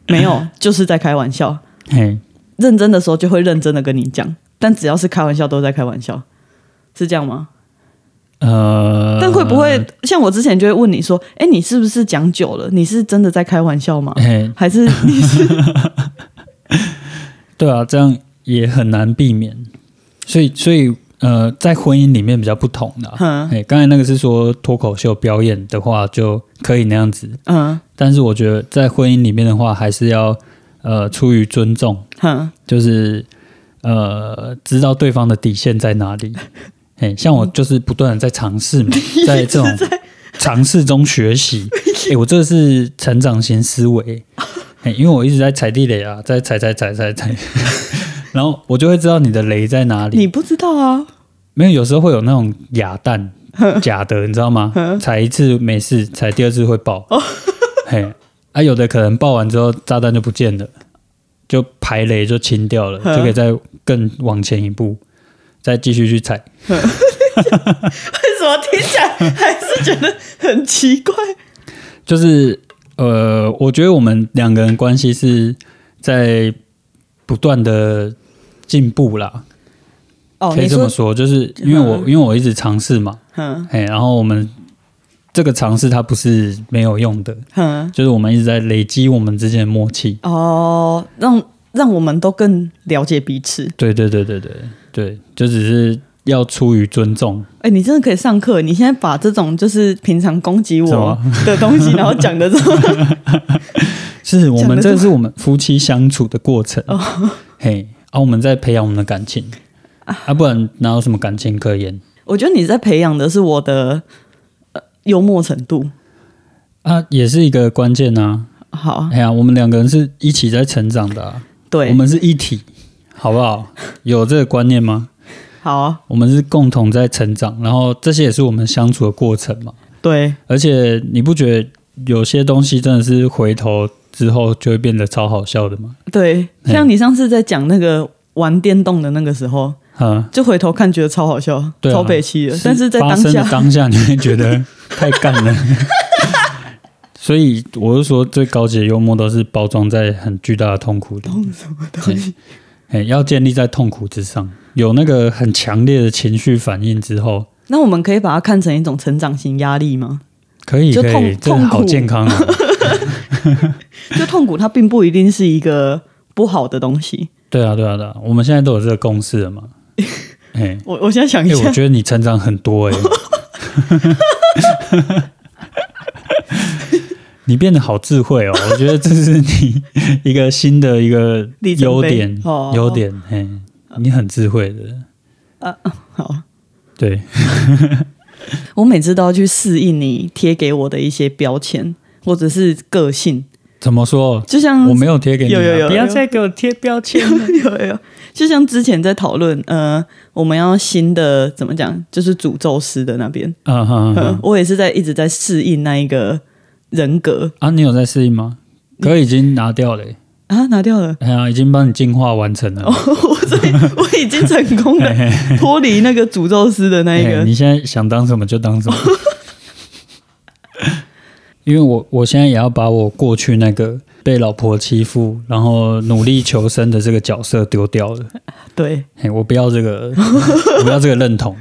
Speaker 2: 没有就是在开玩笑，
Speaker 1: 嘿，
Speaker 2: 认真的时候就会认真的跟你讲，但只要是开玩笑都在开玩笑，是这样吗？
Speaker 1: 呃，
Speaker 2: 但会不会像我之前就会问你说，哎，你是不是讲久了？你是真的在开玩笑吗？
Speaker 1: 嘿，
Speaker 2: 还是你是
Speaker 1: 对啊，这样也很难避免，所以，所以，呃，在婚姻里面比较不同的、啊。
Speaker 2: 嗯
Speaker 1: 哎，刚才那个是说脱口秀表演的话就可以那样子，
Speaker 2: 嗯
Speaker 1: 但是我觉得在婚姻里面的话，还是要呃出于尊重，
Speaker 2: 哼
Speaker 1: 就是呃知道对方的底线在哪里。哎，像我就是不断的在尝试嘛，在这种尝试中学习。哎、我这是成长型思维、哎，因为我一直在踩地雷啊，在踩踩踩踩踩， 然后我就会知道你的雷在哪里。
Speaker 2: 你不知道啊？
Speaker 1: 没有，有时候会有那种哑 弹，假的，你知道吗？踩一次没事，踩第二次会爆。
Speaker 2: 哦
Speaker 1: 嘿，啊，有的可能爆完之后炸弹就不见了，就排雷就清掉了，
Speaker 2: 嗯
Speaker 1: 就可以再更往前一步，再继续去踩。
Speaker 2: 为什么听起来还是觉得很奇怪？
Speaker 1: 就是呃，我觉得我们两个人关系是在不断的进步啦，
Speaker 2: 哦，
Speaker 1: 可以
Speaker 2: 你
Speaker 1: 这
Speaker 2: 说嗯
Speaker 1: 么说，就是因为我、因为我一直尝试嘛，
Speaker 2: 哼
Speaker 1: 哎，然后我们这个尝试它不是没有用的，
Speaker 2: 哼
Speaker 1: 就是我们一直在累积我们之间的默契。
Speaker 2: 哦，让让我们都更了解彼此。
Speaker 1: 对对对对对对，就只是要出于尊重，
Speaker 2: 哎，你真的可以上课！你现在把这种就是平常攻击
Speaker 1: 什
Speaker 2: 我
Speaker 1: 么
Speaker 2: 的东西，然后讲的这 么
Speaker 1: 是我
Speaker 2: 讲
Speaker 1: 们
Speaker 2: 得这
Speaker 1: 这
Speaker 2: 么
Speaker 1: 是我们夫妻相处的过程。嘿，啊，我们在培养我们的感情。啊，不然哪有什么感情可言？
Speaker 2: 我觉得你在培养的是我的、呃、幽默程度。
Speaker 1: 啊，也是一个关键啊！
Speaker 2: 好，
Speaker 1: 哎呀，我们两个人是一起在成长的、啊，我
Speaker 2: 对，
Speaker 1: 们是一体，好不好？有这个观念吗？
Speaker 2: 好，
Speaker 1: 我们是共同在成长，然后这些也是我们相处的过程嘛。
Speaker 2: 对，
Speaker 1: 而且你不觉得有些东西真的是回头之后就会变得超好笑的吗？
Speaker 2: 对。
Speaker 1: 嗯
Speaker 2: 像你上次在讲那个玩电动的那个时候，
Speaker 1: 啊，
Speaker 2: 就回头看觉得超好笑，
Speaker 1: 对啊
Speaker 2: 超北气的。但是在
Speaker 1: 发
Speaker 2: 当
Speaker 1: 生的
Speaker 2: 下，
Speaker 1: 当下，你会觉 得太干了。所以我就说，最高级的幽默都是包装在很巨大的痛苦里，
Speaker 2: 东西
Speaker 1: 哎，要建立在痛苦之上，有那个很强烈的情绪反应之后，
Speaker 2: 那我们可以把它看成一种成长型压力吗？
Speaker 1: 可以
Speaker 2: 就
Speaker 1: 可以，
Speaker 2: 痛
Speaker 1: 这
Speaker 2: 痛
Speaker 1: 好
Speaker 2: 苦
Speaker 1: 健康 啊！
Speaker 2: 就痛苦，它并不一定是一个不好的东西，
Speaker 1: 对啊，对啊，对啊，我们现在都有这个共识 了嘛。哎、
Speaker 2: 我我现在想
Speaker 1: 哎、
Speaker 2: 一下
Speaker 1: 我，觉得你成长很多哎、 你变得好智慧哦！我觉得这是你一个新的一个
Speaker 2: 里程碑
Speaker 1: 优点，
Speaker 2: 哦
Speaker 1: 优点。嘿，你很智慧的，
Speaker 2: 好，
Speaker 1: 对，
Speaker 2: 我每次都要去适应你贴给我的一些标签或者是个性，
Speaker 1: 怎么说？
Speaker 2: 就像
Speaker 1: 我没有贴给你、啊，
Speaker 2: 有有有
Speaker 1: 不要
Speaker 2: 有
Speaker 1: 再给我贴标签了。
Speaker 2: 有有，就像之前在讨论，呃，我们要新的怎么讲，就是诅咒师的那边，
Speaker 1: 啊哈 哈
Speaker 2: 呃我也是在一直在适应那一个人格
Speaker 1: 啊！你有在适应吗？可已经拿掉了、欸，
Speaker 2: 啊，拿掉了，
Speaker 1: 哎呀，已经帮你进化完成了。
Speaker 2: 我所以我已经成 功的脱离那个诅咒师的那一
Speaker 1: 哎
Speaker 2: 个
Speaker 1: 你现在想当什么就当什么。 因为我我现在也要把我过去那个被老婆欺负，然后努力求生的这个角色丢掉了。
Speaker 2: 对，
Speaker 1: 嘿，我不要这个， 我不要这个认同。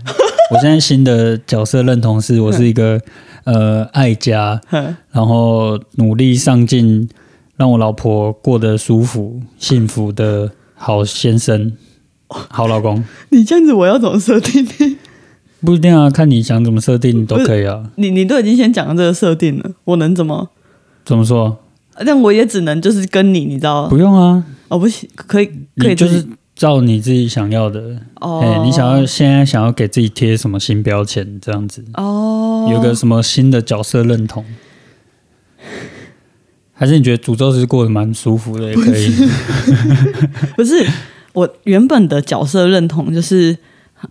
Speaker 1: 我现在新的角色认同是我是一个呃爱家，
Speaker 2: 嗯
Speaker 1: 然后努力上进，让我老婆过得舒服、幸福的好先生、好老公。
Speaker 2: 你这样子我要怎么设定 你？
Speaker 1: 不一定啊，看你想怎么设定都可以啊。
Speaker 2: 你你都已经先讲了这个设定了，我能怎么？
Speaker 1: 怎么说？
Speaker 2: 但我也只能就是跟你，你知道，
Speaker 1: 不用啊，
Speaker 2: 哦，不行，可以可以
Speaker 1: 你就
Speaker 2: 自
Speaker 1: 是
Speaker 2: 己
Speaker 1: 照你自己想要的。哎、
Speaker 2: 哦，
Speaker 1: 你想要现在想要给自己贴什么新标签？这样子
Speaker 2: 哦，
Speaker 1: 有个什么新的角色认同？还是你觉得诅咒是过得蛮舒服的，也可以。
Speaker 2: 不是我原本的角色认同就是，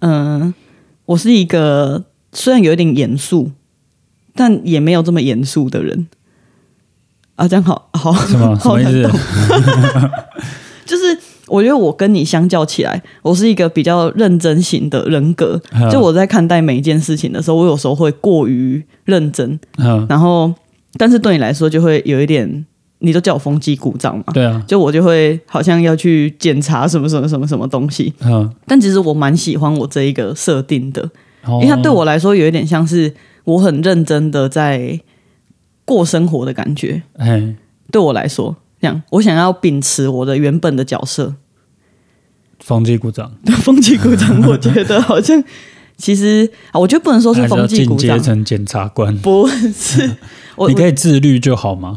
Speaker 2: 嗯、我是一个虽然有一点严肃，但也没有这么严肃的人。啊，这样好好
Speaker 1: 什么什
Speaker 2: 好
Speaker 1: 么意
Speaker 2: 难
Speaker 1: 思
Speaker 2: 懂？。就是我觉得我跟你相较起来，我是一个比较认真型的人格。
Speaker 1: 嗯
Speaker 2: 就我在看待每一件事情的时候，我有时候会过于认真，
Speaker 1: 嗯，
Speaker 2: 然后但是对你来说就会有一点，你都叫我风纪鼓掌嘛。
Speaker 1: 对啊，
Speaker 2: 就我就会好像要去检查什么什么什么什么东西，
Speaker 1: 嗯，
Speaker 2: 但其实我蛮喜欢我这一个设定的，
Speaker 1: 因
Speaker 2: 因为它
Speaker 1: 哦
Speaker 2: 对我来说有一点像是我很认真的在过生活的感觉。
Speaker 1: 哎，
Speaker 2: 对我来说，这样我想要秉持我的原本的角色，
Speaker 1: 风纪鼓掌，
Speaker 2: 风纪鼓掌，我觉得好像其实啊，我觉得不能说是
Speaker 1: 还是要
Speaker 2: 风纪
Speaker 1: 进
Speaker 2: 鼓
Speaker 1: 阶
Speaker 2: 掌，
Speaker 1: 成检察官。
Speaker 2: 不是我，
Speaker 1: 你可
Speaker 2: 以
Speaker 1: 以自律就好嘛。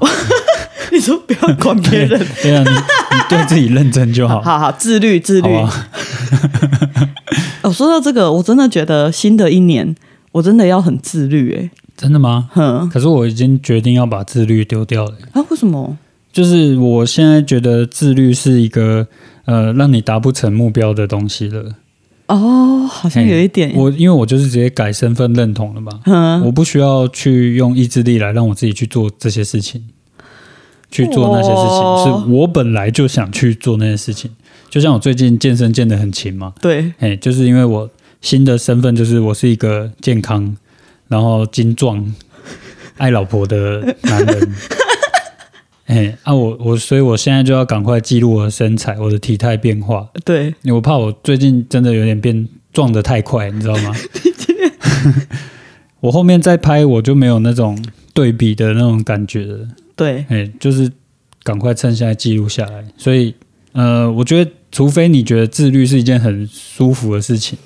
Speaker 2: 你说不要管别人，
Speaker 1: 对 啊，你你对自己认真就好。
Speaker 2: 好好自律自律。
Speaker 1: 好啊，
Speaker 2: 哦，说到这个，我真的觉得新的一年我真的要很自律、欸，
Speaker 1: 真的吗？
Speaker 2: 哼
Speaker 1: 可是我已经决定要把自律丢掉了。
Speaker 2: 啊，为什么？
Speaker 1: 就是我现在觉得自律是一个呃让你达不成目标的东西了。
Speaker 2: 哦，好像有一点，
Speaker 1: 我因为我就是直接改身份认同了嘛，
Speaker 2: 嗯，
Speaker 1: 我不需要去用意志力来让我自己去做这些事情，去做那些事
Speaker 2: 哦
Speaker 1: 情，是我本来就想去做那些事情。就像我最近健身健得很勤嘛，
Speaker 2: 对，
Speaker 1: 哎，就是因为我新的身份就是我是一个健康，然后精壮、爱老婆的男人。哎，啊我我，所以我现在就要赶快记录我的身材、我的体态变化，
Speaker 2: 对，
Speaker 1: 因为我怕我最近真的有点变壮得太快，你知道吗？ 我后面再拍我就没有那种对比的那种感觉了。
Speaker 2: 对，
Speaker 1: 哎、就是赶快趁现在记录下来。所以，呃，我觉得，除非你觉得自律是一件很舒服的事情，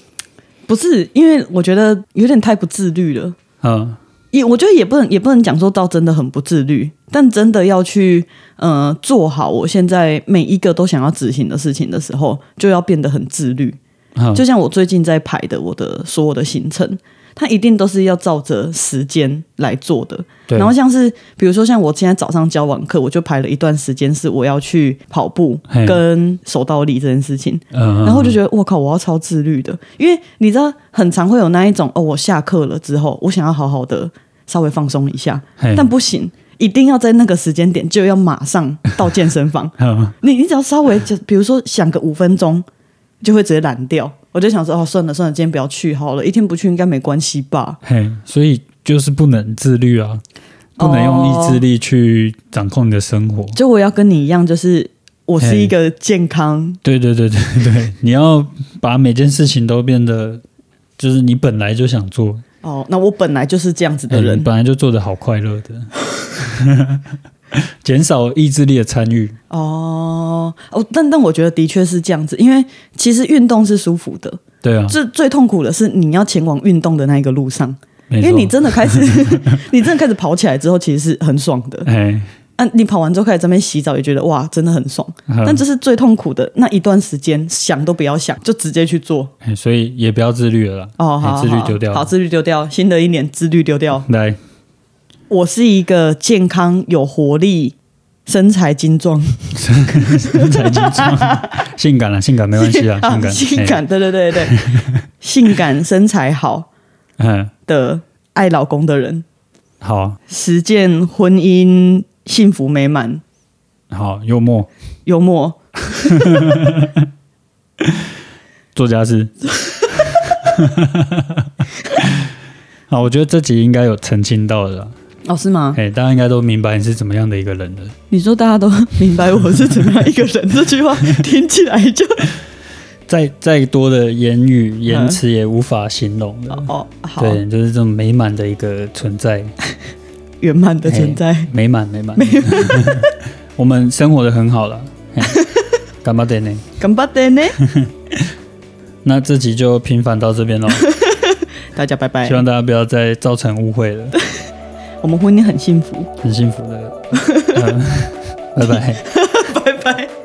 Speaker 2: 不是，因为我觉得有点太不自律了。
Speaker 1: 嗯，
Speaker 2: 也我觉得也不能也不能讲说到真的很不自律，但真的要去呃做好我现在每一个都想要执行的事情的时候，就要变得很自律。
Speaker 1: 嗯
Speaker 2: 就像我最近在排的我的所有的行程，它一定都是要照着时间来做的。
Speaker 1: 对，
Speaker 2: 然后像是比如说像我今天早上教完课，我就排了一段时间是我要去跑步
Speaker 1: 嘿
Speaker 2: 跟手倒立这件事情，
Speaker 1: 嗯，
Speaker 2: 然后我就觉得我靠，我要超自律的，因为你知道很常会有那一种哦，我下课了之后，我想要好好的稍微放松一下，
Speaker 1: 嘿。
Speaker 2: 但不行，一定要在那个时间点就要马上到健身房
Speaker 1: 嗯
Speaker 2: 你你只要稍微就比如说想个五分钟，就会直接懒掉。我就想说哦，算了算了，今天不要去好了，一天不去应该没关系吧？
Speaker 1: 嘿，所以就是不能自律啊，不能用意
Speaker 2: 哦
Speaker 1: 志力去掌控你的生活。
Speaker 2: 就我要跟你一样，就是我是
Speaker 1: 嘿
Speaker 2: 一个健康，
Speaker 1: 对对对对对，你要把每件事情都变得。就是你本来就想做，
Speaker 2: 哦，那我本来就是这样子
Speaker 1: 哎
Speaker 2: 的
Speaker 1: 你
Speaker 2: 人，
Speaker 1: 本来就做的好快乐的，减少意志力的参与。
Speaker 2: 哦哦，但但我觉得的确是这样子，因为其实运动是舒服的，
Speaker 1: 对啊，
Speaker 2: 最最痛苦的是你要前往运动的那一个路上，
Speaker 1: 没
Speaker 2: 因为
Speaker 1: 错
Speaker 2: 你真 的开始，你真的开始跑起来之后，其实是很爽的。
Speaker 1: 哎，
Speaker 2: 啊，你跑完之后开始在那边洗澡，也觉得哇，真的很爽。
Speaker 1: 嗯
Speaker 2: 但这是最痛苦的那一段时间，想都不要想，就直接去做。
Speaker 1: 哎所以也不要自律了啦，
Speaker 2: 哦，好
Speaker 1: 哎
Speaker 2: 好，
Speaker 1: 自律
Speaker 2: 好
Speaker 1: 丢掉
Speaker 2: 好，自律丢掉。新的一年，自律丢掉。
Speaker 1: 来，
Speaker 2: 我是一个健康、有活力、身材精壮、
Speaker 1: 才精壮，性感了，性感没关 系啊，性感，
Speaker 2: 性感，对对 对对，性感、身材好
Speaker 1: 哎，嗯，
Speaker 2: 的爱老公的人，
Speaker 1: 好
Speaker 2: 实践婚姻幸福美满、
Speaker 1: 好幽默，
Speaker 2: 幽默、
Speaker 1: 做家事。 好，我觉得这集应该有澄清到的啦，
Speaker 2: 哦，是吗？
Speaker 1: 哎、大家应该都明白你是怎么样的一个人了。
Speaker 2: 你说大家都明白我是怎么样一个人，这句 话听起来就
Speaker 1: 再再多的言语言辞也无法形容的。
Speaker 2: 哦，好
Speaker 1: 对，就是这种美满的一个存在，
Speaker 2: 圆满的存在。
Speaker 1: 美满美满。 我们生活的很好了，嘿干巴点呢？
Speaker 2: 干巴爹呢？
Speaker 1: 那这集就平凡到这边喽，
Speaker 2: 大家拜拜
Speaker 1: 希。望大家不要再造成误会了，
Speaker 2: 我们婚姻很幸福，
Speaker 1: 很幸福的，嗯，拜拜。
Speaker 2: 拜拜。